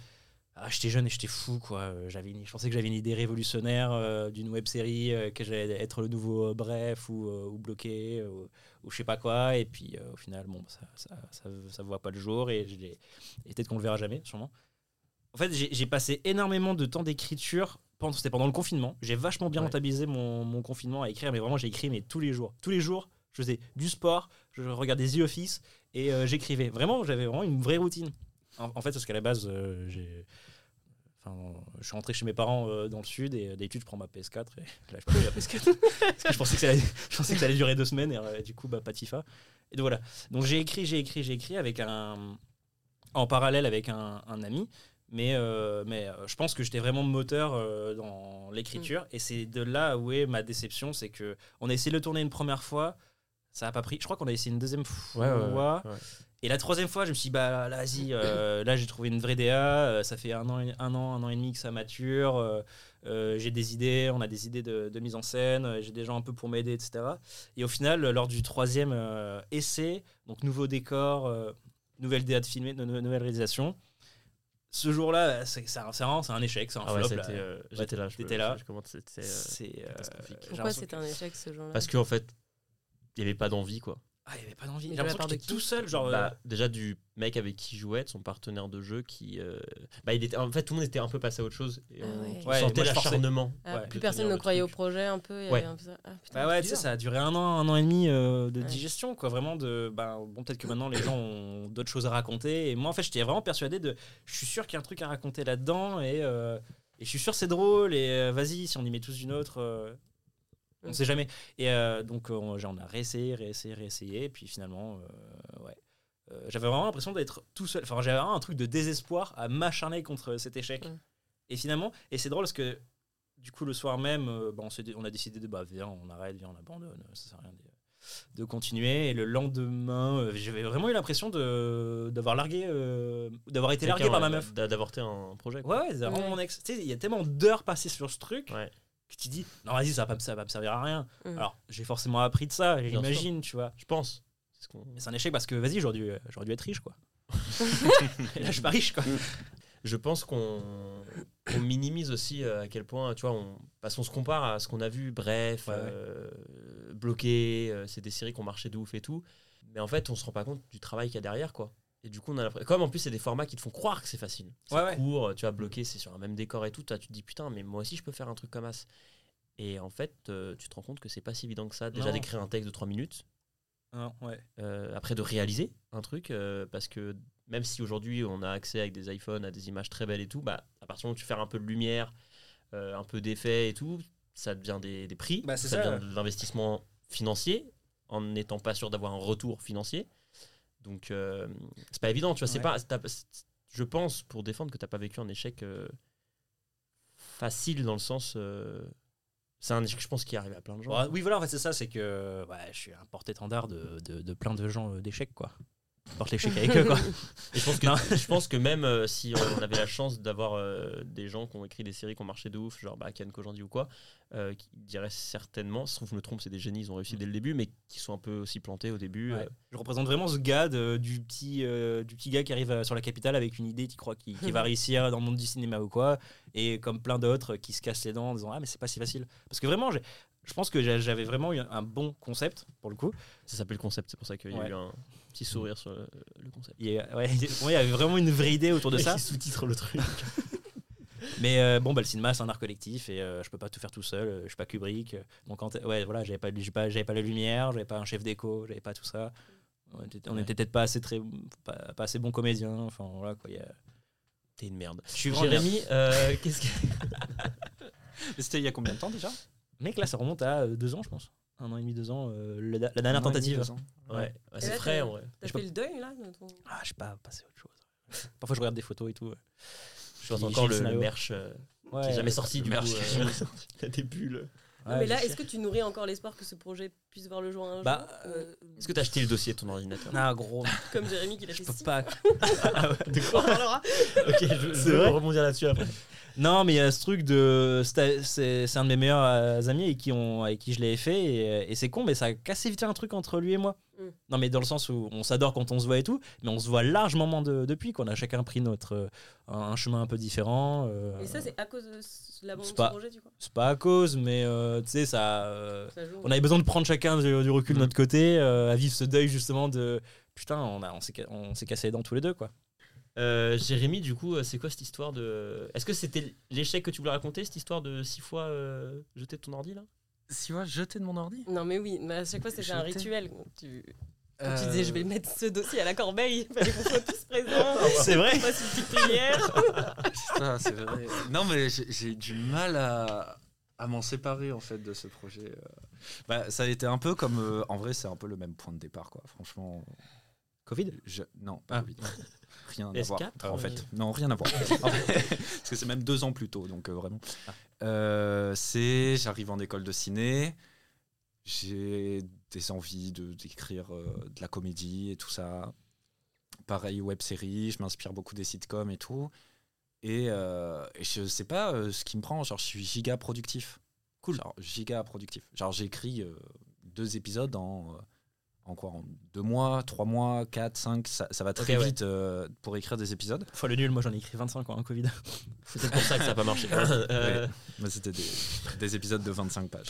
Speaker 6: ah, j'étais jeune et j'étais fou, quoi. Euh, J'avais, une- je pensais que j'avais une idée révolutionnaire euh, d'une web série, que j'allais être le nouveau euh, bref ou, euh, ou bloqué euh, ou, ou je sais pas quoi. Et puis euh, au final, bon, ça, ça, ça, ça voit pas le jour et, je l'ai- et peut-être qu'on le verra jamais, sûrement. En fait, j'ai j'ai passé énormément de temps d'écriture. pendant- C'était pendant le confinement. J'ai vachement bien
Speaker 2: Ouais.
Speaker 6: rentabilisé mon, mon confinement à écrire, mais vraiment, j'ai écrit mais tous les jours. Tous les jours, je faisais du sport, je regardais The Office et euh, j'écrivais. Vraiment, j'avais vraiment une vraie routine. En, en fait, parce qu'à la base, euh, j'ai. Enfin, je suis rentré chez mes parents euh, dans le sud et euh, d'habitude je prends ma PS4 et là je prends la PS4 parce que je pensais que ça allait, je pensais que ça allait durer deux semaines et euh, du coup bah patifa et donc voilà donc j'ai écrit j'ai écrit j'ai écrit avec un en parallèle avec un, un ami mais, euh, mais euh, je pense que j'étais vraiment moteur euh, dans l'écriture. Et c'est de là où est ma déception. C'est que on a essayé de le tourner une première fois, ça n'a pas pris. Je crois qu'on a essayé une deuxième fois. Et la troisième fois, je me suis dit, bah, là, vas-y, euh, là, j'ai trouvé une vraie DA. euh, ça fait un an, et- un an, un an et demi que ça mature. euh, euh, j'ai des idées, on a des idées de, de mise en scène. euh, j'ai des gens un peu pour m'aider, etc. Et au final, lors du troisième euh, essai, donc nouveau décor, euh, nouvelle DA de filmé, de- de- nouvelle réalisation, ce jour-là, c'est c'est un, c'est un, c'est un échec, c'est un
Speaker 2: Ah ouais,
Speaker 6: flop.
Speaker 2: ça a
Speaker 6: là.
Speaker 2: été, euh, J'étais là. je
Speaker 6: t'étais
Speaker 2: peux-
Speaker 6: là.
Speaker 2: je- je commente, c'était, euh,
Speaker 6: C'est euh,
Speaker 2: catastrophique.
Speaker 6: j'ai
Speaker 3: Pourquoi
Speaker 6: l'impression
Speaker 3: c'est
Speaker 6: que-
Speaker 3: un échec ce genre-là
Speaker 2: Parce qu'en fait, il n'y avait pas d'envie, quoi.
Speaker 6: Ah, il n'y avait pas d'envie.
Speaker 3: Et de
Speaker 6: J'ai
Speaker 3: la
Speaker 6: l'impression
Speaker 3: part
Speaker 6: que
Speaker 3: de
Speaker 6: j'étais
Speaker 3: qui
Speaker 6: tout seul, genre.
Speaker 2: Bah,
Speaker 6: euh,
Speaker 2: déjà du mec avec qui il jouait, de son partenaire de jeu, qui. euh, Bah, il était... En fait, tout le monde était un peu passé à autre chose. Et
Speaker 3: Ah
Speaker 2: on
Speaker 3: ouais.
Speaker 2: on
Speaker 6: Ouais,
Speaker 2: sentait
Speaker 6: moi, je
Speaker 2: l'acharnement.
Speaker 3: Ah,
Speaker 6: ouais,
Speaker 2: de
Speaker 3: Plus personne
Speaker 2: tenir
Speaker 3: ne
Speaker 2: le
Speaker 3: croyait au
Speaker 2: truc.
Speaker 3: projet un peu. il y
Speaker 2: Ouais.
Speaker 3: avait un peu ça. Ah, putain,
Speaker 6: Bah
Speaker 3: c'est
Speaker 6: ouais, tu sais,
Speaker 3: dur.
Speaker 6: ça a duré un an, un an et demi euh, de
Speaker 3: Ouais.
Speaker 6: digestion, quoi. Vraiment, de. bah, bon, peut-être que maintenant les gens ont d'autres choses à raconter. Et moi, en fait, j'étais vraiment persuadé de. Je suis sûr qu'il y a un truc à raconter là-dedans. Et, euh, et je suis sûr que c'est drôle. Et euh, vas-y, si on y met tous une autre. euh, on
Speaker 3: Mm.
Speaker 6: sait jamais. Et euh, donc, euh, on, on a réessayé, réessayé, réessayé. Et puis finalement, euh, ouais. Euh, j'avais vraiment l'impression d'être tout seul. Enfin, j'avais vraiment un truc de désespoir à m'acharner contre cet échec.
Speaker 3: Mm.
Speaker 6: Et finalement, et c'est drôle parce que du coup, le soir même, euh, bah, on, s'est dé- on a décidé de bah, viens, on arrête, viens, on abandonne, ça sert à rien. de- de continuer. Et le lendemain, euh, j'avais vraiment eu l'impression de- d'avoir largué, euh, d'avoir été largué
Speaker 2: Quelqu'un,
Speaker 6: par ma
Speaker 2: ouais,
Speaker 6: meuf.
Speaker 2: d'a- D'avorter un projet. quoi.
Speaker 6: Ouais, ouais, c'est vraiment
Speaker 3: Ouais.
Speaker 6: mon ex. Tu sais, il y a tellement d'heures passées sur ce truc
Speaker 2: Ouais.
Speaker 6: que tu dis, non, vas-y, ça va pas, me- ça va pas me servir à rien.
Speaker 3: Mm.
Speaker 6: Alors, j'ai forcément appris de ça,
Speaker 2: sûr.
Speaker 6: j'imagine, tu vois.
Speaker 2: Je pense. C'est ce qu'on-
Speaker 6: Mais c'est un échec parce que, vas-y, j'aurais dû, euh, j'aurais dû être riche, quoi. Et là, je suis pas riche, quoi.
Speaker 2: Je pense qu'on on minimise aussi euh, à quel point, tu vois, on, parce qu'on se compare à ce qu'on a vu, bref,
Speaker 6: Ouais, ouais.
Speaker 2: euh, bloqué, euh, c'est des séries qui ont marché de ouf et tout. Mais en fait, on se rend pas compte du travail qu'il y a derrière, quoi. Et du coup, on a l'impression. Comme en plus, c'est des formats qui te font croire que c'est facile. C'est
Speaker 6: Ouais, ouais.
Speaker 2: court, tu vois, bloqué, c'est sur un même décor et tout. Toi, tu te dis, putain, mais moi aussi, je peux faire un truc comme ça. Et en fait, euh, tu te rends compte que c'est pas si évident que ça. Déjà,
Speaker 6: Non.
Speaker 2: d'écrire un texte de 3 minutes,
Speaker 6: Non, ouais.
Speaker 2: euh, après de réaliser un truc euh, parce que même si aujourd'hui on a accès avec des iPhones à des images très belles et tout, bah, à partir du moment où tu fais un peu de lumière, euh, un peu d'effet et tout, ça devient des, des prix,
Speaker 6: Bah, c'est
Speaker 2: ça,
Speaker 6: ça,
Speaker 2: devient de l'investissement financier en n'étant pas sûr d'avoir un retour financier. Donc euh, c'est pas évident, tu vois, c'est
Speaker 6: Ouais.
Speaker 2: pas, c'est- t'as- c'est- je pense pour défendre que t'as pas vécu un échec euh, facile dans le sens, euh, c'est un échec je pense qui arrive à plein de gens.
Speaker 6: Bon, oui, voilà, en fait, c'est ça, c'est que ouais, je suis un porte-étendard de, de, de plein de gens euh, d'échecs, quoi. Je Porte l'échec avec eux, quoi.
Speaker 2: Et je pense que, je pense que même euh, si on avait la chance d'avoir euh, des gens qui ont écrit des séries qui ont marché de ouf, genre bah, Ken Kojandi ou quoi, euh, qui diraient certainement, si je me trompe, c'est des génies, ils ont réussi dès le début, mais qui sont un peu aussi plantés au début. euh,
Speaker 6: Ouais. Je représente vraiment ce gars de- du, petit, euh, du petit gars qui arrive euh, sur la capitale avec une idée, qui croit qu'il qu'il va réussir dans le monde du cinéma ou quoi, et comme plein d'autres euh, qui se cassent les dents en disant Ah, mais c'est pas si facile. Parce que vraiment, j'ai- je pense que j'a- j'avais vraiment eu un- un bon concept, pour le coup.
Speaker 2: euh, ça s'appelle le concept, c'est pour ça qu'il y a
Speaker 6: Ouais.
Speaker 2: eu un petit sourire sur le, le concept.
Speaker 6: Il y a- ouais, pour moi, il y avait vraiment une vraie idée autour de ça.
Speaker 2: sous-titre le truc.
Speaker 6: Mais euh, bon, bah, le cinéma, c'est un art collectif et euh, je peux pas tout faire tout seul. euh, je suis pas Kubrick. euh, donc, quand t'es- ouais, voilà, j'avais pas, j'ai pas, j'avais pas la lumière, j'avais pas un chef d'écho, j'avais pas tout ça. On était, on
Speaker 2: Ouais.
Speaker 6: était peut-être pas assez très, pas, pas assez bons comédiens. Enfin, voilà quoi. il y a-
Speaker 2: T'es une merde.
Speaker 6: Je suis vraiment
Speaker 2: Jérémy, euh, qu'est-ce que.
Speaker 4: C'était il y a combien de temps déjà
Speaker 6: Mec, là, ça remonte à euh, deux ans, je pense. Un an et demi, deux ans. euh, le da- la dernière tentative.
Speaker 2: Ouais, ouais,
Speaker 3: Et
Speaker 2: c'est
Speaker 3: là,
Speaker 2: frais
Speaker 3: t'as-
Speaker 2: en vrai.
Speaker 3: T'as
Speaker 6: Je
Speaker 3: fait le deuil là de ton-
Speaker 6: Ah, je sais pas, passer à autre chose. Parfois, je regarde des photos et tout. ouais.
Speaker 2: Je pense
Speaker 6: J'ai-
Speaker 2: encore le,
Speaker 6: j'ai
Speaker 2: le
Speaker 6: scénario.
Speaker 2: merch euh, qui
Speaker 6: Ouais.
Speaker 2: est jamais sorti du
Speaker 4: merch
Speaker 2: coup.
Speaker 4: qui est
Speaker 2: euh, T'as des bulles.
Speaker 3: Non,
Speaker 6: Ouais,
Speaker 3: mais là,
Speaker 6: j'ai-
Speaker 3: est-ce que tu nourris encore l'espoir que ce projet puisse voir le jour un
Speaker 6: Bah,
Speaker 3: jour ou-
Speaker 6: euh,
Speaker 2: Est-ce que t'as acheté le dossier de ton ordinateur
Speaker 6: Ah, gros,
Speaker 3: Comme Jérémy qui l'a fait
Speaker 6: je peux
Speaker 3: si.
Speaker 6: pas.
Speaker 2: De quoi Ok, je, je
Speaker 6: C'est
Speaker 2: veux
Speaker 6: vrai
Speaker 2: rebondir là-dessus après.
Speaker 6: Non, mais il y a ce truc de. C'est c'est un de mes meilleurs euh, amis et qui ont, avec qui je l'ai fait. Et, euh, et c'est con, mais ça a cassé vite un truc entre lui et moi.
Speaker 3: Mm.
Speaker 6: Non, mais dans le sens où on s'adore quand on se voit et tout, mais on se voit largement moins de- depuis, qu'on a chacun pris notre, euh, un, un chemin un peu différent. euh,
Speaker 3: Et ça, c'est à cause de ce- l'abandon
Speaker 6: C'est
Speaker 3: de
Speaker 6: pas-
Speaker 3: ce projet, tu crois
Speaker 6: c'est pas à cause, mais euh, tu sais, ça. euh,
Speaker 3: Ça joue.
Speaker 6: on avait besoin de prendre chacun du, du recul de notre côté, euh, à vivre ce deuil justement de. Putain, on, a- on s'est ca- on s'est cassé les dents tous les deux, quoi.
Speaker 2: Euh, Jérémy, du coup, euh, c'est quoi cette histoire de. Est-ce que c'était l'échec que tu voulais raconter, cette histoire de six fois euh, jeter ton ordi là
Speaker 4: Si moi, jeter de mon ordi
Speaker 3: Non, mais oui, mais à chaque fois, c'était un
Speaker 4: J'étais-
Speaker 3: rituel. Tu...
Speaker 4: Euh,
Speaker 3: quand tu disais, je
Speaker 6: Euh.
Speaker 3: vais mettre ce dossier à la corbeille, il fallait qu'on soit tous présents.
Speaker 6: Ah, C'est vrai
Speaker 3: On fasse une petite prière.
Speaker 4: Putain, c'est vrai. Non, mais j'ai j'ai du mal à, à m'en séparer en fait de ce projet. euh. Bah, ça a été un peu comme. euh, en vrai, c'est un peu le même point de départ, quoi. Franchement.
Speaker 6: Covid
Speaker 4: je- Non, pas
Speaker 6: Ah.
Speaker 4: Covid. Rien à
Speaker 2: S4,
Speaker 4: voir. en
Speaker 2: euh.
Speaker 4: fait, non, rien à voir. En fait, Parce que c'est même deux ans plus tôt, donc euh, vraiment.
Speaker 6: Ah.
Speaker 4: Euh, c'est. J'arrive en école de ciné. J'ai des envies de- d'écrire euh, de la comédie et tout ça. Pareil, web série, je m'inspire beaucoup des sitcoms et tout. Et, euh, et je sais pas euh, ce qui me prend, genre je suis giga productif. Cool. Genre giga productif. Genre j'écris euh, deux épisodes en, euh, en quoi En deux mois, trois mois, quatre, cinq, ça, ça va très
Speaker 2: ouais.
Speaker 4: vite euh, pour écrire des épisodes.
Speaker 6: Fois le nul, moi j'en ai écrit 25 quoi, un Covid.
Speaker 2: C'est pour ça que ça n'a pas marché. Euh,
Speaker 4: Moi, c'était des, des épisodes de 25 pages.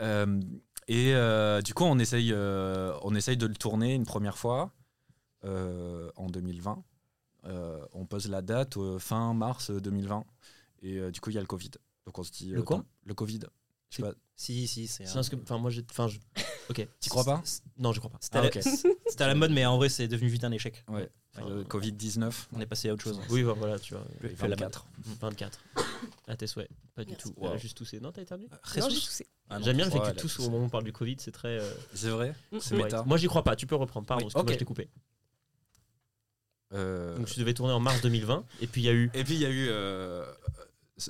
Speaker 4: Euh, et euh, du coup, on essaye, euh, on essaye de le tourner une première fois euh, en 2020. Euh, on pose la date euh, fin mars 2020. Et euh, du coup, il y a le Covid. Donc on se dit.
Speaker 2: Le quoi
Speaker 4: tant- Le Covid. Je sais
Speaker 2: C'est-
Speaker 4: pas,
Speaker 6: Si, si, c'est.
Speaker 2: c'est un script- Enfin, moi, j'ai. Enfin, je... Ok.
Speaker 4: T'y crois pas
Speaker 2: Non, je crois pas.
Speaker 6: C'était
Speaker 4: Ah,
Speaker 6: à la-
Speaker 4: ok.
Speaker 6: c'était à la mode, mais en vrai, c'est devenu vite un échec.
Speaker 4: Ouais.
Speaker 6: Ouais.
Speaker 4: Le euh, Covid-19.
Speaker 6: On est passé à autre chose.
Speaker 2: Oui, bah, voilà, tu vois.
Speaker 6: Le-
Speaker 4: et
Speaker 6: fait la
Speaker 4: 24.
Speaker 2: 24. À tes souhaits. Pas du
Speaker 3: Merci.
Speaker 2: tout.
Speaker 4: Wow.
Speaker 2: Euh, juste tousser. Non, t'as établi
Speaker 3: Non, j'ai toussé.
Speaker 6: Ah non,
Speaker 2: J'aime bien le fait
Speaker 4: ouais,
Speaker 2: que tu
Speaker 4: elle a
Speaker 2: tousses au
Speaker 4: toussé.
Speaker 2: moment où on parle du Covid, c'est très. euh,
Speaker 4: C'est vrai C'est
Speaker 2: ouais.
Speaker 4: méta.
Speaker 2: Moi, j'y crois pas. Tu peux reprendre. Pardon,
Speaker 4: Oui,
Speaker 2: parce que moi,
Speaker 4: ok.
Speaker 2: je t'ai coupé.
Speaker 4: Euh,
Speaker 2: Donc, tu devais tourner en mars 2020, et puis il y a eu.
Speaker 4: Et puis il y a eu euh,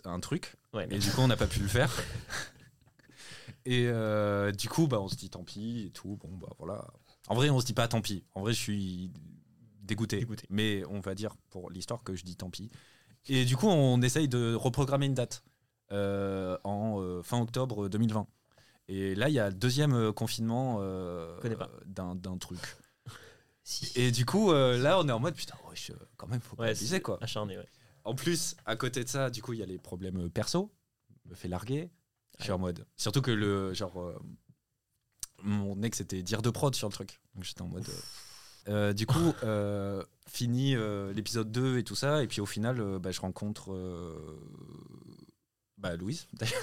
Speaker 4: un truc
Speaker 2: Ouais,
Speaker 4: Et du coup, on n'a pas pu le faire. Et euh, du coup, bah, on se dit tant pis et tout. Bon, bah voilà. En vrai, on se dit pas tant pis. En vrai, je suis dégoûté.
Speaker 2: Dégoûté.
Speaker 4: Mais on va dire pour l'histoire que je dis tant pis. Et du coup, on essaye de reprogrammer une date euh, en euh, fin octobre 2020. Et là, il y a le deuxième euh, confinement euh,
Speaker 2: Connais pas.
Speaker 4: d'un d'un truc. Et du coup, euh, là, on est en mode putain, wesh, euh, quand même, faut pas
Speaker 2: Ouais,
Speaker 4: abuser, quoi.
Speaker 2: Acharné, ouais.
Speaker 4: En plus, à côté de ça, du coup, il y a les problèmes euh, perso. Je me fait larguer. Je suis en mode. Surtout que le genre. euh, mon ex était dire de prod sur le truc. Donc j'étais en mode. euh, euh, du coup, euh, fini euh, l'épisode 2 et tout ça. Et puis au final, euh, bah, je rencontre. euh, bah, Louise. d'ailleurs.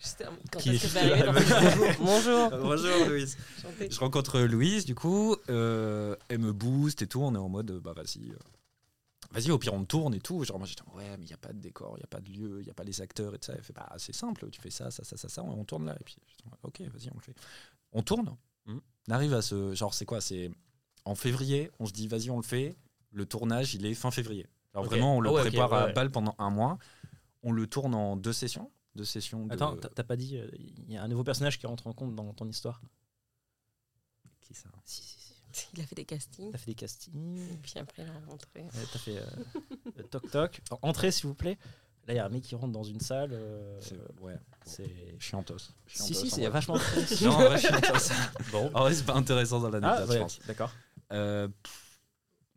Speaker 3: Juste, euh, Quand
Speaker 2: Qui-
Speaker 3: est-ce que je vais arriver dans- Bonjour.
Speaker 4: Bonjour, Louise.
Speaker 3: Chanté.
Speaker 4: Je rencontre Louise, du coup, euh, elle me booste et tout. On est en mode, euh, bah vas-y, euh, vas-y, au pire on tourne et tout. Genre, moi j'étais, ouais, mais il n'y a pas de décor, il n'y a pas de lieu, il n'y a pas les acteurs et tout ça. Elle fait, bah c'est simple, tu fais ça, ça, ça, ça, ça, on tourne là. Et puis, j'étais, ouais, ok, vas-y, on le fait. On tourne.
Speaker 2: Mhm.
Speaker 4: On arrive à ce. Genre, c'est quoi C'est en février, on se dit, vas-y, on le fait. Le tournage, il est fin février. Alors
Speaker 2: Ok.
Speaker 4: vraiment, on le
Speaker 2: Ah ouais, ok,
Speaker 4: prépare à
Speaker 2: ouais.
Speaker 4: balle pendant un mois. On le tourne en deux sessions. Deux sessions de.
Speaker 6: Attends, t'as t'as pas dit, euh, il y a un nouveau personnage qui rentre en compte dans ton histoire.
Speaker 4: Qui ça
Speaker 2: Euh,
Speaker 3: Si, si, si. Il a fait des castings,
Speaker 6: T'as fait des castings,
Speaker 3: et puis après il a rencontré.
Speaker 6: ouais, t'as fait euh, euh, toc toc. En- Entrez s'il vous plaît. Là, il y a un mec qui rentre dans une salle. euh,
Speaker 4: C'est- Ouais,
Speaker 6: C'est.
Speaker 4: chiantos.
Speaker 6: Si, si,
Speaker 4: Chiantos, en
Speaker 6: c'est vachement.
Speaker 4: Non, en vrai, je suis intéressant.
Speaker 6: Bon.
Speaker 4: En vrai, c'est pas intéressant dans l'anecdote,
Speaker 6: Ah,
Speaker 4: je
Speaker 6: ouais,
Speaker 4: pense.
Speaker 6: d'accord.
Speaker 4: Euh, pff,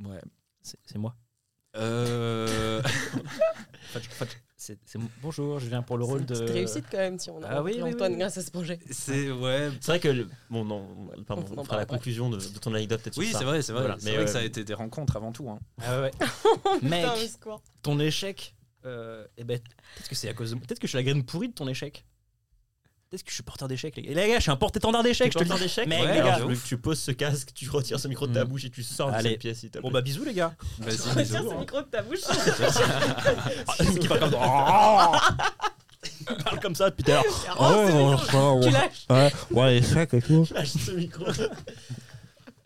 Speaker 4: ouais.
Speaker 6: C'est c'est moi.
Speaker 4: Euh,
Speaker 6: C'est c'est mon- Bonjour, je viens pour le
Speaker 3: C'est
Speaker 6: rôle
Speaker 3: une
Speaker 6: de.
Speaker 3: petite réussite quand même si on a
Speaker 6: Ah
Speaker 3: rencontré
Speaker 6: oui, oui, oui,
Speaker 3: Antoine
Speaker 6: oui.
Speaker 3: grâce à ce projet.
Speaker 4: c'est ouais.
Speaker 2: C'est vrai que. le- Bon, non, on- pardon,
Speaker 3: On
Speaker 2: on fera
Speaker 3: en
Speaker 2: la
Speaker 3: parle après.
Speaker 2: conclusion de, de ton anecdote peut-être sur
Speaker 4: Oui,
Speaker 2: ça.
Speaker 4: c'est vrai, c'est vrai.
Speaker 2: Voilà,
Speaker 4: C'est
Speaker 2: mais
Speaker 4: vrai que
Speaker 2: euh,
Speaker 4: ça a été des rencontres avant tout. hein.
Speaker 6: Ah ouais.
Speaker 3: Putain,
Speaker 6: Mec,
Speaker 3: au secours.
Speaker 6: ton échec, euh, eh ben, peut-être que c'est à cause de... Peut-être que je suis la graine pourrie de ton échec. Peut-être que je suis porteur d'échecs, les gars. Et Les gars, je suis un porteur-étendard d'échecs, je te le
Speaker 2: porteur
Speaker 6: dis.
Speaker 2: d'échecs
Speaker 6: Mec,
Speaker 4: Ouais,
Speaker 6: les
Speaker 4: alors
Speaker 6: gars.
Speaker 2: Alors, je veux que tu poses ce casque, tu retires ce micro de ta
Speaker 4: Mm.
Speaker 2: bouche et tu sors de
Speaker 6: Allez.
Speaker 2: cette pièce, s'il te
Speaker 6: Bon,
Speaker 2: plaît.
Speaker 6: bah, bisous, les gars.
Speaker 4: Vas-y, bisous,
Speaker 3: Retiens ce
Speaker 4: hein.
Speaker 3: micro de ta bouche.
Speaker 6: qui parle Ah, comme ça. Il parle comme ça depuis tout à l'heure.
Speaker 4: Ah,
Speaker 3: Oh, c'est mignon. Tu lâches.
Speaker 6: Ouais, échecs et
Speaker 4: bah.
Speaker 6: tout.
Speaker 2: Lâche ce micro.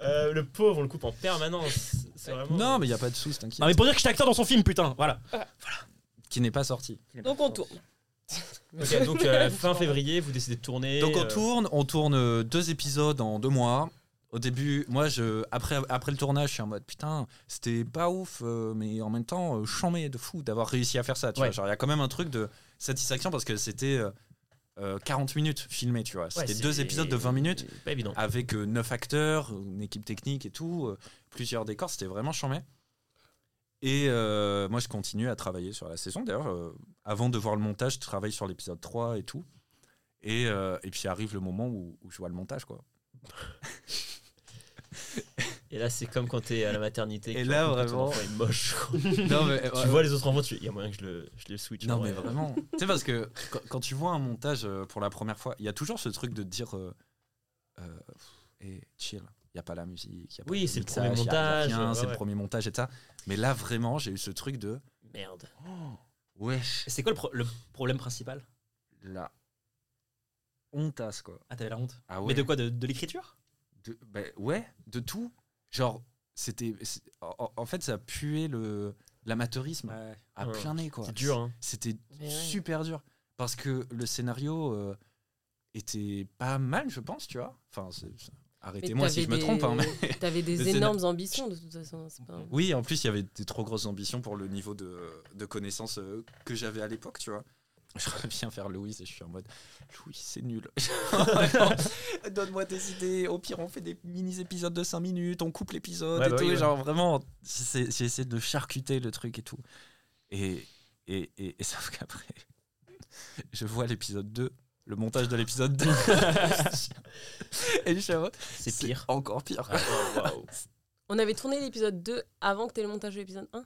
Speaker 2: Euh, le pauvre, on le coupe en permanence. C'est vraiment.
Speaker 4: Non, mais il n'y a pas de sous, t'inquiète.
Speaker 2: Ah,
Speaker 6: Non, mais pour dire que j'étais acteur dans son film, putain. Voilà.
Speaker 4: Qui n'est pas sorti.
Speaker 3: Donc on tourne.
Speaker 2: Ok, donc euh, fin février, vous décidez de tourner.
Speaker 4: Donc on
Speaker 2: euh,
Speaker 4: tourne, on tourne euh, deux épisodes en deux mois. Au début, moi, je, après, après le tournage, je suis en mode putain, c'était pas ouf, euh, mais en même temps, euh, chambé de fou d'avoir réussi à faire ça. Tu
Speaker 2: Ouais.
Speaker 4: vois, genre, il y a quand même un truc de satisfaction parce que c'était euh, euh, 40 minutes filmées, tu vois.
Speaker 2: ouais,
Speaker 4: C'était
Speaker 2: c'est-
Speaker 4: deux épisodes de 20 minutes
Speaker 2: Pas évident.
Speaker 4: avec euh, neuf acteurs, une équipe technique et tout, euh, plusieurs décors, c'était vraiment chambé. Et euh, moi, je continue à travailler sur la saison. D'ailleurs, euh, avant de voir le montage, je travaille sur l'épisode 3 et tout. Et, euh, et puis arrive le moment où, où je vois le montage, quoi.
Speaker 2: Et là, c'est comme quand t'es à la maternité.
Speaker 4: Et
Speaker 2: que tu
Speaker 4: là,
Speaker 2: rencontres que ton
Speaker 4: vraiment-
Speaker 2: enfant est moche. quoi.
Speaker 4: non, mais,
Speaker 2: tu vois les autres enfants, tu... il y a moyen que je le, je le switch. en
Speaker 4: non,
Speaker 2: vrai.
Speaker 4: mais vraiment. tu sais, parce que quand, quand tu vois un montage euh, pour la première fois, il y a toujours ce truc de te dire euh, euh, Eh, chill, il n'y a pas la musique. y a pas
Speaker 2: Oui,
Speaker 4: de
Speaker 2: c'est le premier
Speaker 4: mixage, y a- y a
Speaker 2: montage,
Speaker 4: rien,
Speaker 2: ouais,
Speaker 4: C'est le
Speaker 2: ouais.
Speaker 4: premier montage et ça. Mais là, vraiment, j'ai eu ce truc de. Oh,
Speaker 2: Merde.
Speaker 4: Wesh.
Speaker 6: C'est quoi le, pro- le problème principal
Speaker 4: La hontasse, quoi.
Speaker 6: Ah, t'avais la honte.
Speaker 4: Ah ouais.
Speaker 6: Mais de quoi De, de l'écriture
Speaker 4: de- ben ouais, de tout. Genre, c'était. c'est- En, en fait, ça puait le l'amateurisme à
Speaker 2: Ouais.
Speaker 4: plein nez, quoi.
Speaker 2: C'est dur, hein.
Speaker 4: C'était
Speaker 3: Mais ouais.
Speaker 4: super dur. Parce que le scénario euh, était pas mal, je pense, tu vois. Enfin, c'est- c'est- arrêtez-moi si je me trompe. hein, mais-
Speaker 3: T'avais
Speaker 4: Le
Speaker 3: des
Speaker 4: scénar-
Speaker 3: énormes ambitions de toute façon. c'est pas-
Speaker 4: Oui, en plus, il y avait des trop grosses ambitions pour le niveau de, de connaissances euh, que j'avais à l'époque, tu vois. J'aurais bien faire Louise et je suis en mode Louise, c'est nul. Donne-moi des idées. Au pire, on fait des mini-épisodes de 5 minutes, on coupe l'épisode
Speaker 2: Ouais,
Speaker 4: et
Speaker 2: bah
Speaker 4: tout.
Speaker 2: oui, ouais.
Speaker 4: Genre, vraiment, c'est- j'ai essayé de charcuter le truc et tout. Et, et, et, et sauf qu'après, je vois l'épisode 2, le montage de l'épisode 2. et je suis en mode
Speaker 2: C'est pire.
Speaker 4: Encore pire.
Speaker 2: Ah, ouais, waouh.
Speaker 3: On avait tourné l'épisode 2 avant que t'aies le montage de l'épisode 1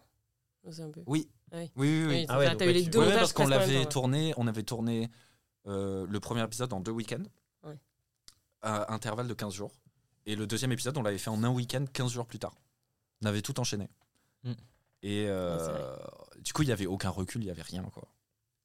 Speaker 3: Je sais un peu.
Speaker 4: Oui.
Speaker 3: Oui.
Speaker 4: oui, oui. oui.
Speaker 3: Oui,
Speaker 2: Ah ouais,
Speaker 3: t'as-
Speaker 2: donc,
Speaker 3: t'as
Speaker 2: ouais,
Speaker 3: eu les
Speaker 2: tu-
Speaker 3: deux
Speaker 4: Ouais, ouais,
Speaker 3: montages
Speaker 4: parce qu'on
Speaker 3: presque en même temps,
Speaker 4: l'avait
Speaker 3: ouais.
Speaker 4: tourné, on avait tourné euh, le premier épisode en deux week-ends,
Speaker 3: Ouais.
Speaker 4: à intervalle de 15 jours. Et le deuxième épisode, on l'avait fait en un week-end, 15 jours plus tard. On avait tout enchaîné.
Speaker 6: Mm.
Speaker 4: Et euh,
Speaker 3: Ouais,
Speaker 4: du coup, il n'y avait aucun recul, il n'y avait rien. quoi.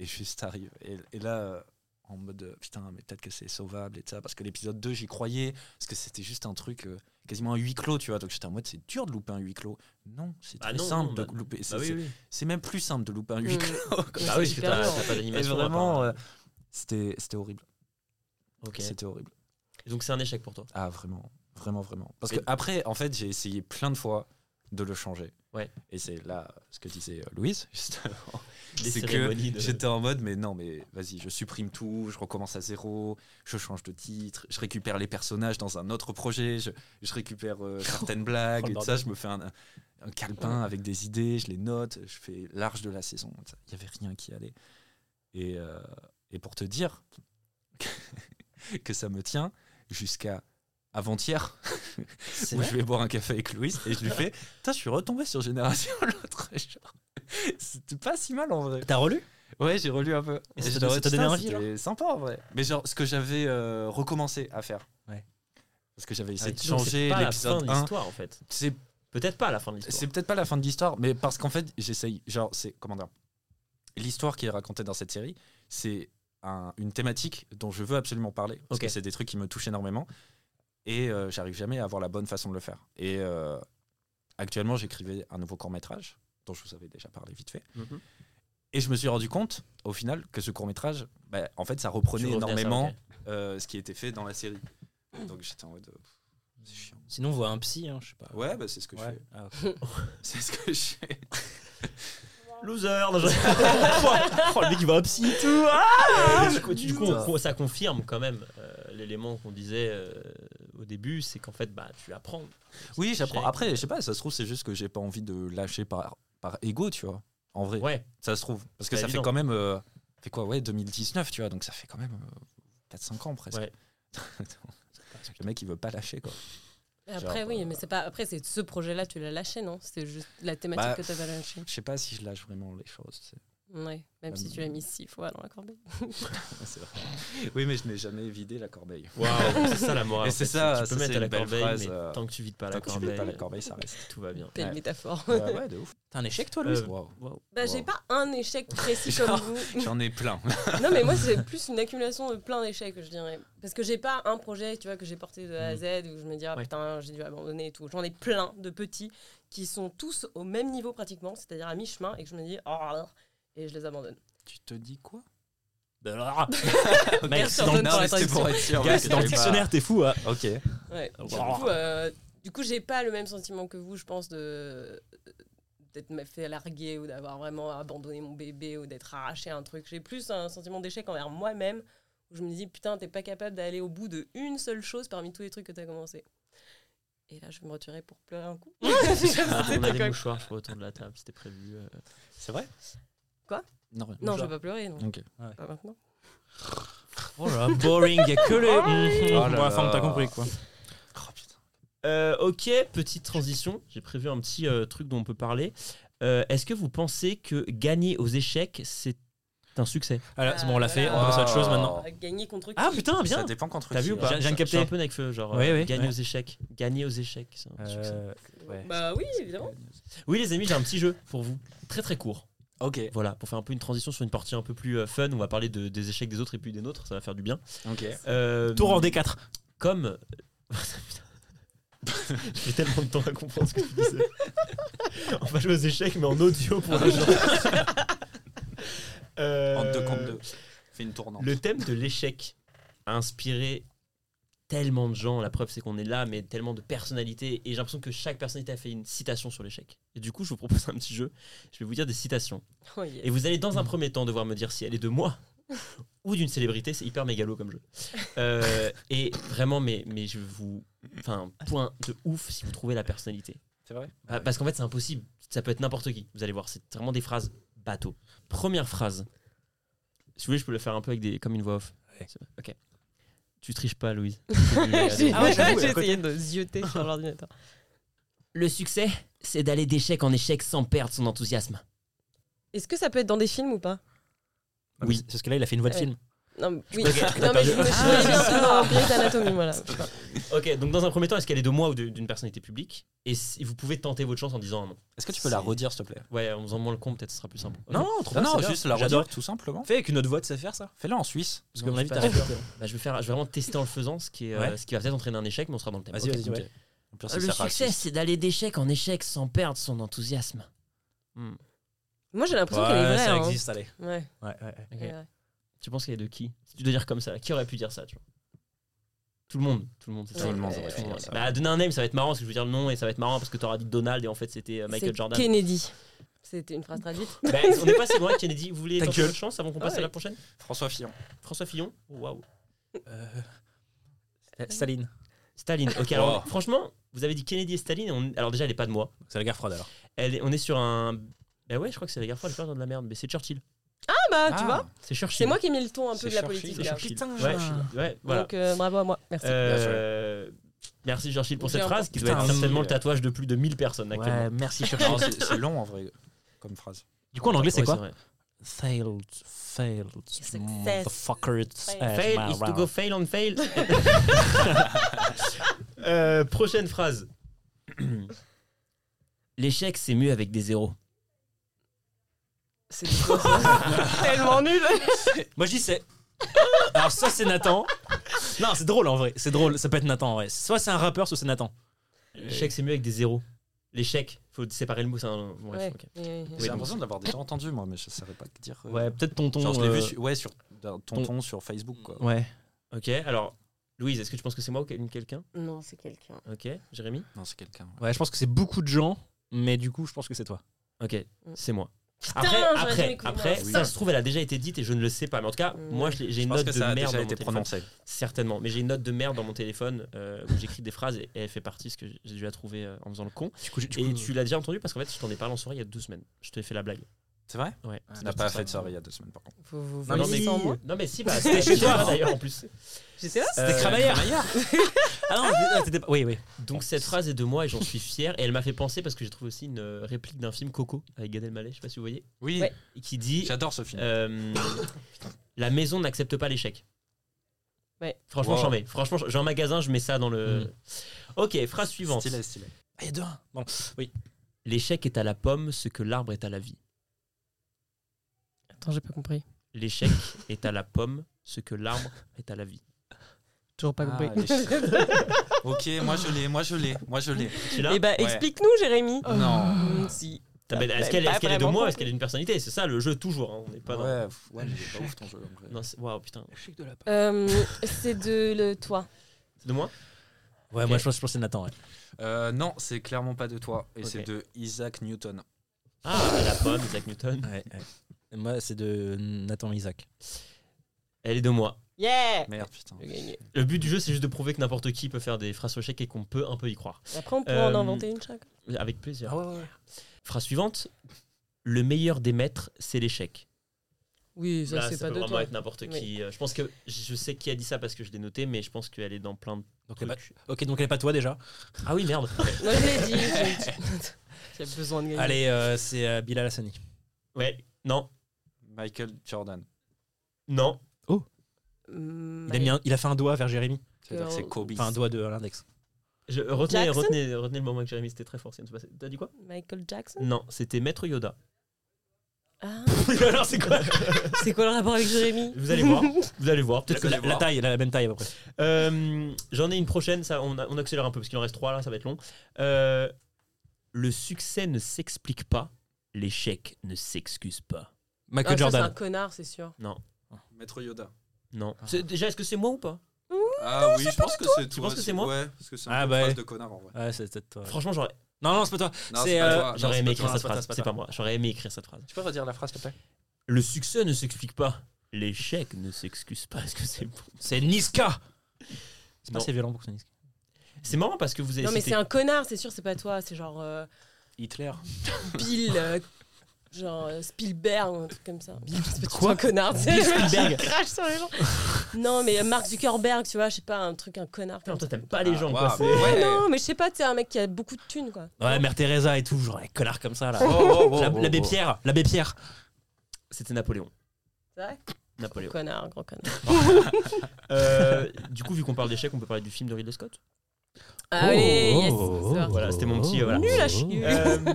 Speaker 4: Et juste, ça arrive. Et, et là, euh, en mode euh, putain, mais peut-être que c'est sauvable et tout ça. Parce que l'épisode 2, j'y croyais, parce que c'était juste un truc. euh, Quasiment un huis clos, tu vois. Donc j'étais en mode, c'est dur de louper un huis clos. Non, c'est
Speaker 2: Bah
Speaker 4: très
Speaker 2: non,
Speaker 4: simple
Speaker 2: non,
Speaker 4: de
Speaker 2: bah-
Speaker 4: louper. C'est
Speaker 2: Bah oui,
Speaker 4: c'est-
Speaker 2: oui.
Speaker 4: c'est même plus simple de louper un huis
Speaker 3: Mm.
Speaker 4: clos.
Speaker 3: Ouais,
Speaker 2: Bah
Speaker 3: c'est
Speaker 2: oui, parce que
Speaker 3: hyper
Speaker 2: t'as
Speaker 3: lourd.
Speaker 2: t'as pas
Speaker 4: Et euh,
Speaker 2: d'animation. à part-
Speaker 4: vraiment, euh, c'était c'était horrible.
Speaker 2: hein. Ok.
Speaker 4: C'était horrible.
Speaker 2: Donc c'est un échec pour toi.
Speaker 4: Ah, vraiment, vraiment, vraiment. Parce
Speaker 2: Et-
Speaker 4: que après, en fait, j'ai essayé plein de fois de le changer.
Speaker 2: Ouais.
Speaker 4: Et c'est là ce que disait euh, Louise, justement.
Speaker 2: Des
Speaker 4: C'est que
Speaker 2: cérémonies de-
Speaker 4: j'étais en mode, mais non, mais vas-y, je supprime tout, je recommence à zéro, je change de titre, je récupère les personnages dans un autre projet, je, je récupère euh, certaines blagues,
Speaker 6: Oh, le
Speaker 4: et tout ça, je me fais un, un calepin avec des idées, je les note, je fais large de la saison. Il n'y avait rien qui allait. Et, euh, et pour te dire que ça me tient jusqu'à avant-hier,
Speaker 2: C'est
Speaker 4: où je vais boire un café avec Louis et je lui fais Putain, je suis retombé sur Génération l'autre jour. C'était pas si mal en vrai.
Speaker 6: T'as relu
Speaker 4: Ouais, j'ai relu un peu.
Speaker 6: Et
Speaker 4: Et
Speaker 6: ça
Speaker 4: je
Speaker 6: t'a-
Speaker 4: leur ai
Speaker 6: ça
Speaker 4: dit,
Speaker 6: t'a donné
Speaker 4: Putain,
Speaker 6: envie,
Speaker 4: c'était sympa en vrai. Mais genre, ce que j'avais euh, recommencé à faire.
Speaker 6: Ouais.
Speaker 4: Parce que j'avais
Speaker 2: Ah,
Speaker 4: essayé de
Speaker 2: dis donc, c'est
Speaker 4: changer
Speaker 2: pas la fin
Speaker 4: l'épisode
Speaker 2: de
Speaker 4: 1.
Speaker 2: l'histoire en fait.
Speaker 4: C'est
Speaker 2: Peut-être pas la fin de l'histoire.
Speaker 4: c'est peut-être pas la fin de l'histoire, mais parce qu'en fait, j'essaye. Genre, c'est. Comment dire L'histoire qui est racontée dans cette série, c'est un- une thématique dont je veux absolument parler. Parce
Speaker 2: Ok.
Speaker 4: que c'est des trucs qui me touchent énormément. Et euh, j'arrive jamais à avoir la bonne façon de le faire. Et euh, actuellement, j'écrivais un nouveau court-métrage, dont je vous avais déjà parlé vite fait.
Speaker 2: Mhm.
Speaker 4: Et je me suis rendu compte, au final, que ce court-métrage, bah, en fait, ça
Speaker 2: Tu
Speaker 4: reprenait
Speaker 2: revenais à ça,
Speaker 4: énormément
Speaker 2: ok.
Speaker 4: euh, ce qui était fait dans la série. Donc j'étais en mode. euh, C'est chiant.
Speaker 6: Sinon, on voit un psy, hein, je sais pas.
Speaker 4: Ouais, bah, c'est ce que je
Speaker 6: Ouais.
Speaker 4: fais.
Speaker 6: Ah, ok.
Speaker 4: C'est ce que je fais.
Speaker 2: Loser. non, je-
Speaker 6: oh, le mec, il va un psy et tout. Ah
Speaker 2: du coup, du coup, on- ça confirme quand même euh, l'élément qu'on disait euh, au début, c'est qu'en fait, bah, tu apprends.
Speaker 4: Oui, j'apprends.
Speaker 2: Échec.
Speaker 4: Après, je sais pas, ça se trouve, c'est juste que j'ai pas envie de lâcher par, par ego, tu vois. En vrai,
Speaker 2: Ouais.
Speaker 4: ça se trouve. Parce que
Speaker 2: C'est
Speaker 4: ça
Speaker 2: évident.
Speaker 4: fait quand même. euh, fait quoi Ouais, 2019, tu vois. Donc ça fait quand même euh, 4-5 ans presque.
Speaker 2: Ouais.
Speaker 4: Le mec, il veut pas lâcher, quoi.
Speaker 3: Mm. Après,
Speaker 4: Genre,
Speaker 3: oui,
Speaker 4: euh,
Speaker 3: mais c'est pas. Après, c'est ce projet-là, tu l'as lâché, non C'est juste la thématique
Speaker 4: Bah,
Speaker 3: que tu avais lâchée.
Speaker 4: Je sais pas si je lâche vraiment les choses. tu sais.
Speaker 3: Ouais, même si tu l'as mis six fois dans la corbeille.
Speaker 4: C'est vrai. Oui, mais je n'ai jamais vidé la corbeille.
Speaker 2: Waouh, c'est ça la morale.
Speaker 4: Et
Speaker 2: en
Speaker 4: c'est
Speaker 2: fait.
Speaker 4: ça,
Speaker 2: tu peux
Speaker 4: ça,
Speaker 2: mettre
Speaker 4: c'est
Speaker 2: à la
Speaker 4: une belle
Speaker 2: corbeille,
Speaker 4: phrase,
Speaker 2: mais
Speaker 4: euh,
Speaker 2: tant que tu vides pas la
Speaker 4: Tant que tu vides
Speaker 2: corbeille,
Speaker 4: pas la corbeille, ça reste.
Speaker 2: tout va bien.
Speaker 3: Quelle
Speaker 4: Ouais.
Speaker 3: métaphore.
Speaker 4: Euh, ouais, de ouf.
Speaker 6: T'as un échec, toi, Louis
Speaker 2: Euh,
Speaker 4: Waouh.
Speaker 2: waouh.
Speaker 3: Bah, j'ai
Speaker 4: Wow.
Speaker 3: pas un échec précis comme
Speaker 4: Genre-
Speaker 3: vous.
Speaker 4: J'en ai plein.
Speaker 3: Non, mais moi, c'est plus une accumulation de plein d'échecs, je dirais. Parce que j'ai pas un projet, tu vois, que j'ai porté de A à Z où je me dis, ah
Speaker 2: Ouais.
Speaker 3: putain, j'ai dû abandonner et tout. J'en ai plein de petits qui sont tous au même niveau pratiquement, c'est-à-dire à mi-chemin, et que je me dis, oh, et je les abandonne.
Speaker 4: tu te dis quoi
Speaker 6: Bah, ah. Mec, c'est
Speaker 3: Personne
Speaker 6: dans,
Speaker 3: ne parle
Speaker 4: c'était pour être sûr.
Speaker 6: gars, c'est
Speaker 2: Bah,
Speaker 6: dans le
Speaker 4: Je sais pas.
Speaker 6: dictionnaire, t'es fou. hein.
Speaker 4: Ok.
Speaker 3: Ouais.
Speaker 6: Oh.
Speaker 3: Du coup, euh, du coup, j'ai pas le même sentiment que vous, je pense, de d'être m'a fait larguer ou d'avoir vraiment abandonné mon bébé ou d'être arraché à un truc. J'ai plus un sentiment d'échec envers moi-même où je me dis putain, t'es pas capable d'aller au bout de une seule chose parmi tous les trucs que t'as commencé. Et là, je vais me retirer pour pleurer un coup.
Speaker 2: On a des
Speaker 3: C'était
Speaker 2: mouchoirs je crois, autour de la table, c'était prévu. euh.
Speaker 4: C'est vrai
Speaker 3: Quoi
Speaker 4: Non, rien.
Speaker 3: Non, je vais pas pleurer, non.
Speaker 4: Ok.
Speaker 3: Pas maintenant.
Speaker 6: Oh là, boring, y a que le. Mhm.
Speaker 4: Oh là
Speaker 6: Bon, enfin,
Speaker 4: là.
Speaker 6: t'as compris quoi.
Speaker 4: Oh putain.
Speaker 2: Euh, ok, petite transition. J'ai prévu un petit euh, truc dont on peut parler. Euh, Est-ce que vous pensez que gagner aux échecs, c'est un succès
Speaker 6: Alors, c'est bon, on l'a
Speaker 3: Ah,
Speaker 6: fait, on
Speaker 3: voilà.
Speaker 6: passe à autre chose maintenant.
Speaker 4: Oh.
Speaker 3: Gagner contre qui
Speaker 6: Ah putain,
Speaker 4: Ça
Speaker 6: bien
Speaker 4: dépend contre
Speaker 2: T'as
Speaker 4: qui,
Speaker 2: vu ou
Speaker 4: hein.
Speaker 2: pas
Speaker 6: J'ai- j'ai
Speaker 2: Je-
Speaker 6: capté.
Speaker 2: je suis un peu Nekfeu, genre
Speaker 6: Oui,
Speaker 2: euh,
Speaker 6: oui,
Speaker 2: gagner
Speaker 6: ouais.
Speaker 2: aux échecs. Gagner aux échecs, c'est un succès.
Speaker 6: Euh, ouais.
Speaker 3: Bah oui, évidemment.
Speaker 2: Oui, les amis, j'ai un petit jeu pour vous. Très très court.
Speaker 4: Ok.
Speaker 2: Voilà, pour faire un peu une transition sur une partie un peu plus euh, fun. On va parler de- des échecs des autres et puis des nôtres. Ça va faire du bien.
Speaker 4: Ok.
Speaker 2: Euh,
Speaker 6: Tour en D4.
Speaker 2: Comme. J'ai tellement de temps à comprendre ce que tu disais. On va jouer aux échecs, mais en audio pour les gens. Euh,
Speaker 4: En deux contre deux. Fais une tournante.
Speaker 2: Le thème de l'échec a inspiré tellement de gens. La preuve, c'est qu'on est là, mais tellement de personnalités. Et j'ai l'impression que chaque personnalité a fait une citation sur l'échec. Et du coup, je vous propose un petit jeu. Je vais vous dire des citations.
Speaker 3: Oh, yes.
Speaker 2: Et vous allez dans un premier temps devoir me dire si elle est de moi ou d'une célébrité. C'est hyper mégalo comme jeu. Euh, et vraiment, mais, mais je vous. Enfin, point de ouf si vous trouvez la personnalité.
Speaker 4: C'est vrai
Speaker 2: Ah, Parce qu'en fait, c'est impossible. Ça peut être n'importe qui. Vous allez voir, c'est vraiment des phrases bateau. Première phrase. Si vous voulez, je peux le faire un peu avec des, comme une voix off.
Speaker 6: Ouais.
Speaker 2: C'est- Ok. Tu triches pas, Louise.
Speaker 3: J'ai
Speaker 6: Ah ouais, j'avoue,
Speaker 3: j'ai
Speaker 6: à côté.
Speaker 3: essayé de zioter sur l'ordinateur.
Speaker 2: Le succès, c'est d'aller d'échec en échec sans perdre son enthousiasme.
Speaker 3: Est-ce que ça peut être dans des films ou pas
Speaker 6: Oui, parce que là, il a fait une voix de
Speaker 3: Ouais.
Speaker 6: film.
Speaker 3: Non, mais- oui.
Speaker 2: Ok.
Speaker 3: Non, mais je me suis dans Grey's Anatomy, voilà.
Speaker 2: Ok, donc dans un premier temps, est-ce qu'elle est de moi ou de- d'une personnalité publique Et si- vous pouvez tenter votre chance en disant un nom.
Speaker 4: Est-ce que tu peux la
Speaker 2: C'est-
Speaker 4: redire, s'il te plaît
Speaker 2: Ouais, en faisant moins le con, peut-être ce sera plus simple.
Speaker 6: Non, non, trop bien, c'est bien. J'adore.
Speaker 4: tout simplement.
Speaker 6: Fais avec une autre voix, tu sais faire ça
Speaker 4: Fais-la en Suisse.
Speaker 6: Parce que, à mon avis,
Speaker 2: pas
Speaker 6: t'as
Speaker 2: sûr. Bah, je, vais faire, je vais vraiment tester en le faisant, ce qui, est, euh,
Speaker 6: Ouais.
Speaker 2: ce qui va peut-être entraîner un échec, mais on sera dans le thème.
Speaker 6: Vas-y,
Speaker 2: Ok.
Speaker 6: vas-y, ouais.
Speaker 4: En plus,
Speaker 2: Euh,
Speaker 4: ça sert à Suisse.
Speaker 2: c'est d'aller d'échec en échec sans perdre son enthousiasme.
Speaker 3: Moi, j'ai l'impression qu'elle est
Speaker 6: Ouais,
Speaker 3: vraie.
Speaker 6: ça
Speaker 3: hein.
Speaker 6: existe, allez.
Speaker 3: Ouais,
Speaker 6: Ouais, ouais, ouais.
Speaker 3: elle est vraie.
Speaker 2: Tu penses qu'elle est de qui Si Tu dois dire comme ça. Qui aurait pu dire ça tu vois Tout le monde, tout le monde, c'est
Speaker 3: Tout
Speaker 2: ça.
Speaker 3: le monde,
Speaker 2: Tout
Speaker 3: ouais,
Speaker 2: le monde.
Speaker 4: ouais, ça.
Speaker 2: Bah, donner un name, ça va être marrant parce que je veux dire le nom et ça va être marrant parce que t'auras dit Donald et en fait c'était euh, Michael
Speaker 3: C'est
Speaker 2: Jordan.
Speaker 3: Kennedy. C'était une phrase traduite.
Speaker 2: Bah, on est pas si loin, Kennedy. Vous voulez
Speaker 6: Ta
Speaker 2: tenter
Speaker 6: gueule. Ah
Speaker 2: votre chance avant qu'on passe
Speaker 3: Ouais.
Speaker 2: à la prochaine
Speaker 4: François Fillon.
Speaker 2: François Fillon Oh, Waouh.
Speaker 6: Staline.
Speaker 2: Staline. Ok, alors
Speaker 6: Oh.
Speaker 4: Wow.
Speaker 2: franchement, vous avez dit Kennedy et Staline. et on- Alors déjà, elle est pas de moi.
Speaker 6: C'est la guerre froide alors.
Speaker 2: Elle est- On est sur un. Bah ouais, je crois que c'est la guerre froide, le perdant de la merde, mais c'est Churchill.
Speaker 3: Ah bah, tu
Speaker 4: Ah,
Speaker 3: vois,
Speaker 2: C'est Churchill.
Speaker 3: c'est moi qui ai mis le ton un peu
Speaker 4: C'est
Speaker 3: de la
Speaker 4: Churchill,
Speaker 3: politique.
Speaker 2: C'est
Speaker 3: là.
Speaker 2: Churchill.
Speaker 4: Putain,
Speaker 2: ouais,
Speaker 4: Churchill.
Speaker 2: ouais, voilà.
Speaker 3: Donc euh, bravo à moi, merci.
Speaker 2: Euh, Merci Churchill pour cette
Speaker 3: Bien sûr.
Speaker 2: phrase qui doit
Speaker 4: Putain,
Speaker 2: être certainement le
Speaker 4: Churchill.
Speaker 2: tatouage de plus de 1000 personnes actuellement.
Speaker 6: Ouais, merci
Speaker 4: Ah. Non,
Speaker 6: Churchill.
Speaker 4: c'est c'est long en vrai comme phrase.
Speaker 6: du coup en anglais c'est
Speaker 2: Ouais,
Speaker 6: quoi
Speaker 2: vrai.
Speaker 6: Failed, failed,
Speaker 3: Success.
Speaker 6: motherfucker, it's
Speaker 3: Fail.
Speaker 6: at my
Speaker 2: Fail is to
Speaker 6: round.
Speaker 2: go fail on fail. Euh, prochaine phrase. L'échec c'est mieux avec des zéros.
Speaker 3: C'est tellement nul.
Speaker 6: Moi je dis c'est. Alors soit c'est Nathan. Non, c'est drôle en vrai. C'est drôle. Ça peut être Nathan en vrai. Soit c'est un rappeur, soit c'est Nathan.
Speaker 2: L'échec c'est mieux avec des zéros. L'échec, faut séparer le mot. c'est un- bref,
Speaker 3: Ouais.
Speaker 2: ok.
Speaker 3: Et-
Speaker 4: J'ai
Speaker 2: donc-
Speaker 4: l'impression de l'avoir déjà entendu moi, mais je savais pas dire. euh,
Speaker 2: Ouais, peut-être tonton.
Speaker 4: genre, je l'ai
Speaker 2: euh,
Speaker 4: vu sur, ouais, sur d'un tonton sur Facebook quoi.
Speaker 6: Ouais.
Speaker 2: Ok, alors Louise, est-ce que tu penses que c'est moi ou quel- quelqu'un
Speaker 3: Non, c'est quelqu'un.
Speaker 2: Ok, Jérémy
Speaker 4: Non, c'est quelqu'un. ouais.
Speaker 6: Ouais, je pense que c'est beaucoup de gens, mais du coup je pense que c'est toi.
Speaker 2: Ok, c'est moi.
Speaker 3: j'aurais
Speaker 2: Après,
Speaker 3: dû
Speaker 2: après,
Speaker 3: m'écouter,
Speaker 2: après
Speaker 3: moi.
Speaker 2: ça se trouve, elle a déjà été dite et je ne le sais pas. Mais en tout cas,
Speaker 3: Mm.
Speaker 2: moi, je l'ai- j'ai
Speaker 4: Je
Speaker 2: une
Speaker 4: pense
Speaker 2: note
Speaker 4: que
Speaker 2: de
Speaker 4: ça a
Speaker 2: merde.
Speaker 4: déjà
Speaker 2: dans
Speaker 4: été
Speaker 2: mon téléphone.
Speaker 4: prononcé.
Speaker 2: Certainement. Mais j'ai une note de merde dans mon téléphone euh, où j'écris des phrases et elle fait partie parce que j'ai dû la trouver euh, en faisant le con.
Speaker 6: Du coup, j'ai- du
Speaker 2: et
Speaker 6: coup-
Speaker 2: tu l'as déjà entendu parce qu'en fait, je t'en ai parlé en soirée il y a deux semaines. Je t'ai fait la blague.
Speaker 4: C'est vrai
Speaker 2: Ouais.
Speaker 4: On n'a pas fait de soirée il y a deux semaines par contre.
Speaker 3: Vous- vous- vous
Speaker 2: Non, non,
Speaker 3: laissez
Speaker 2: mais-
Speaker 3: sans moi
Speaker 2: Non, mais si, bah,
Speaker 6: C'était chez toi.
Speaker 2: d'ailleurs en plus.
Speaker 3: J'étais là
Speaker 6: C'était
Speaker 2: Euh,
Speaker 6: Cramaillère. ah non, ah, t'étais pas- Oui, oui.
Speaker 2: Donc cette phrase est de moi et j'en suis fier. Et elle m'a fait penser parce que j'ai trouvé aussi une euh, réplique d'un film Coco avec Gad Elmaleh, je sais pas si vous voyez,
Speaker 4: Oui,
Speaker 3: Ouais.
Speaker 2: et qui dit
Speaker 4: j'adore ce film.
Speaker 2: euh, la maison n'accepte pas l'échec.
Speaker 3: Ouais.
Speaker 2: Franchement,
Speaker 4: Wow. Hmm.
Speaker 2: j'en mets. Franchement, j'ai un magasin, je mets ça dans le. Ok, phrase suivante.
Speaker 4: Stylé, stylé.
Speaker 6: Ah, il y a deux. un. Bon, oui.
Speaker 2: L'échec est à la pomme, ce que l'arbre est à la vie.
Speaker 3: Attends, j'ai pas compris.
Speaker 2: L'échec est à la pomme, ce que l'arbre est à la vie.
Speaker 3: Toujours pas
Speaker 4: Ah,
Speaker 3: compris.
Speaker 4: les chiens. ok, moi je l'ai, moi je l'ai, moi je l'ai.
Speaker 2: Tu l'as
Speaker 3: Eh bah,
Speaker 4: Ouais.
Speaker 3: explique-nous, Jérémy.
Speaker 4: Non.
Speaker 3: Mm, Si.
Speaker 2: T'as- mais Est-ce qu'elle
Speaker 3: Pas
Speaker 2: est-ce qu'elle est de
Speaker 3: vraiment
Speaker 2: moi Est-ce
Speaker 3: compris.
Speaker 2: qu'elle est une personnalité C'est ça le jeu toujours. hein, On n'est pas dans.
Speaker 4: Ouais, pff, ouais, mais il est pas ouf ton jeu. en vrai.
Speaker 2: Non, c'est- Waouh, putain.
Speaker 3: Euh, c'est de le toi.
Speaker 2: C'est de moi
Speaker 6: Ouais, moi je pense, je pense que c'est Nathan. ouais.
Speaker 4: Euh, non, c'est clairement pas de toi. Et
Speaker 2: Ok.
Speaker 4: c'est de Isaac Newton.
Speaker 2: Ah, à la pomme, Isaac Newton.
Speaker 6: Et Moi c'est de Nathan Isaac.
Speaker 2: Elle est de moi.
Speaker 3: Yeah
Speaker 4: Merde, putain.
Speaker 3: J'ai gagné.
Speaker 2: Le but du jeu, c'est juste de prouver que n'importe qui peut faire des phrases au chèque et qu'on peut un peu y croire.
Speaker 3: Après, on peut
Speaker 2: Euh,
Speaker 3: en inventer une chacun.
Speaker 2: Avec plaisir.
Speaker 3: Ah
Speaker 6: ouais, ouais.
Speaker 2: Phrase suivante. Le meilleur des maîtres, c'est l'échec.
Speaker 3: Oui,
Speaker 2: Là,
Speaker 3: ça, c'est
Speaker 2: ça
Speaker 3: pas
Speaker 2: peut
Speaker 3: de
Speaker 2: vraiment
Speaker 3: toi.
Speaker 2: être n'importe
Speaker 3: Oui.
Speaker 2: qui. Euh, Je pense que je sais qui a dit ça parce que je l'ai noté, mais je pense qu'elle est dans plein de
Speaker 6: Donc, elle est
Speaker 2: trucs.
Speaker 6: pas- Ok, donc elle est pas toi déjà.
Speaker 2: Ah oui, merde.
Speaker 3: Moi, je l'ai dit. j'ai- J'ai besoin de gagner.
Speaker 6: Allez, euh, c'est euh, Bilal Hassani.
Speaker 2: ouais. Non.
Speaker 4: Michael Jordan.
Speaker 2: Non.
Speaker 3: Mm,
Speaker 6: Il a, mis un- il a fait un doigt vers Jérémy.
Speaker 4: C'est-à-dire que c'est
Speaker 2: Oh.
Speaker 3: Euh,
Speaker 4: Kobe.
Speaker 6: Enfin, un doigt de l'index.
Speaker 2: Je, retenez,
Speaker 3: Jackson
Speaker 2: retenez, retenez le moment que Jérémy, c'était très fort. c'est une- T'as dit quoi
Speaker 3: Michael Jackson
Speaker 2: Non, c'était Maître Yoda.
Speaker 3: Ah,
Speaker 2: Alors c'est quoi
Speaker 3: C'est quoi le rapport avec Jérémy
Speaker 2: Vous allez voir. Vous allez voir. Peut-être que
Speaker 6: La, la taille, la même taille à peu près.
Speaker 2: Euh, J'en ai une prochaine, ça, on, a- on accélère un peu parce qu'il en reste trois là, ça va être long. Euh, le succès ne s'explique pas, l'échec ne s'excuse pas.
Speaker 3: Ah,
Speaker 6: Michael
Speaker 3: ça, c'est un
Speaker 6: Jordan.
Speaker 3: connard, c'est sûr.
Speaker 4: Maître Yoda.
Speaker 2: Non. C'est- Déjà, est-ce que c'est moi ou pas
Speaker 4: Ah oui, je pense que c'est toi.
Speaker 2: penses que c'est moi
Speaker 4: Ouais, parce que c'est
Speaker 6: Ah,
Speaker 4: une
Speaker 6: bah ouais.
Speaker 4: phrase de connard en vrai.
Speaker 6: Ouais, c'est peut-être toi.
Speaker 2: Franchement, j'aurais
Speaker 6: Non, non, c'est pas toi.
Speaker 4: Non,
Speaker 6: C'est,
Speaker 4: c'est
Speaker 6: euh,
Speaker 4: pas toi.
Speaker 2: j'aurais
Speaker 4: Ah, Non,
Speaker 2: aimé
Speaker 4: c'est pas
Speaker 2: écrire
Speaker 4: toi,
Speaker 2: cette
Speaker 4: c'est pas toi,
Speaker 2: phrase.
Speaker 4: c'est pas
Speaker 2: C'est
Speaker 4: toi.
Speaker 2: pas moi, j'aurais aimé écrire cette phrase.
Speaker 4: Tu peux redire la phrase s'il te plaît
Speaker 2: Le succès ne s'explique pas, l'échec ne s'excuse pas. Est-ce que c'est bon
Speaker 6: C'est Niska. C'est pas
Speaker 2: Non.
Speaker 6: assez violent pour que c'est Niska.
Speaker 2: C'est marrant parce que vous avez
Speaker 3: Non, mais
Speaker 2: cité.
Speaker 3: c'est un connard, c'est sûr, c'est pas toi. C'est genre euh,
Speaker 6: Hitler.
Speaker 3: Bill, euh, genre euh, Spielberg, ou un truc comme ça. Bill, c'est pas
Speaker 6: Quoi
Speaker 3: un connard. tu sais,
Speaker 2: Spielberg.
Speaker 3: qui crache sur les gens. Non, mais Mark Zuckerberg, tu vois, je sais pas, un truc, un connard.
Speaker 2: Putain,
Speaker 3: comme ça.
Speaker 2: toi, t'aimes pas les gens, quoi.
Speaker 4: Ah,
Speaker 2: c'est-
Speaker 4: waouh.
Speaker 3: Ouais,
Speaker 4: Ouais.
Speaker 3: non, mais je sais pas, t'es un mec qui a beaucoup de thunes, quoi.
Speaker 6: Ouais, Mère Teresa et tout, genre les connards comme ça là.
Speaker 4: Oh, oh, oh,
Speaker 6: La-
Speaker 4: oh,
Speaker 6: L'abbé
Speaker 4: oh.
Speaker 6: Pierre, l'abbé Pierre.
Speaker 2: C'était Napoléon.
Speaker 3: C'est vrai
Speaker 2: Napoléon.
Speaker 3: Connard, gros connard.
Speaker 2: Euh, du coup, vu qu'on parle d'échec, on peut parler du film de Ridley Scott
Speaker 3: Allez, yes, c'est parti.
Speaker 2: Oh, Voilà, c'était mon petit, euh, voilà.
Speaker 4: Oh.
Speaker 3: Nul à chier.
Speaker 2: Euh,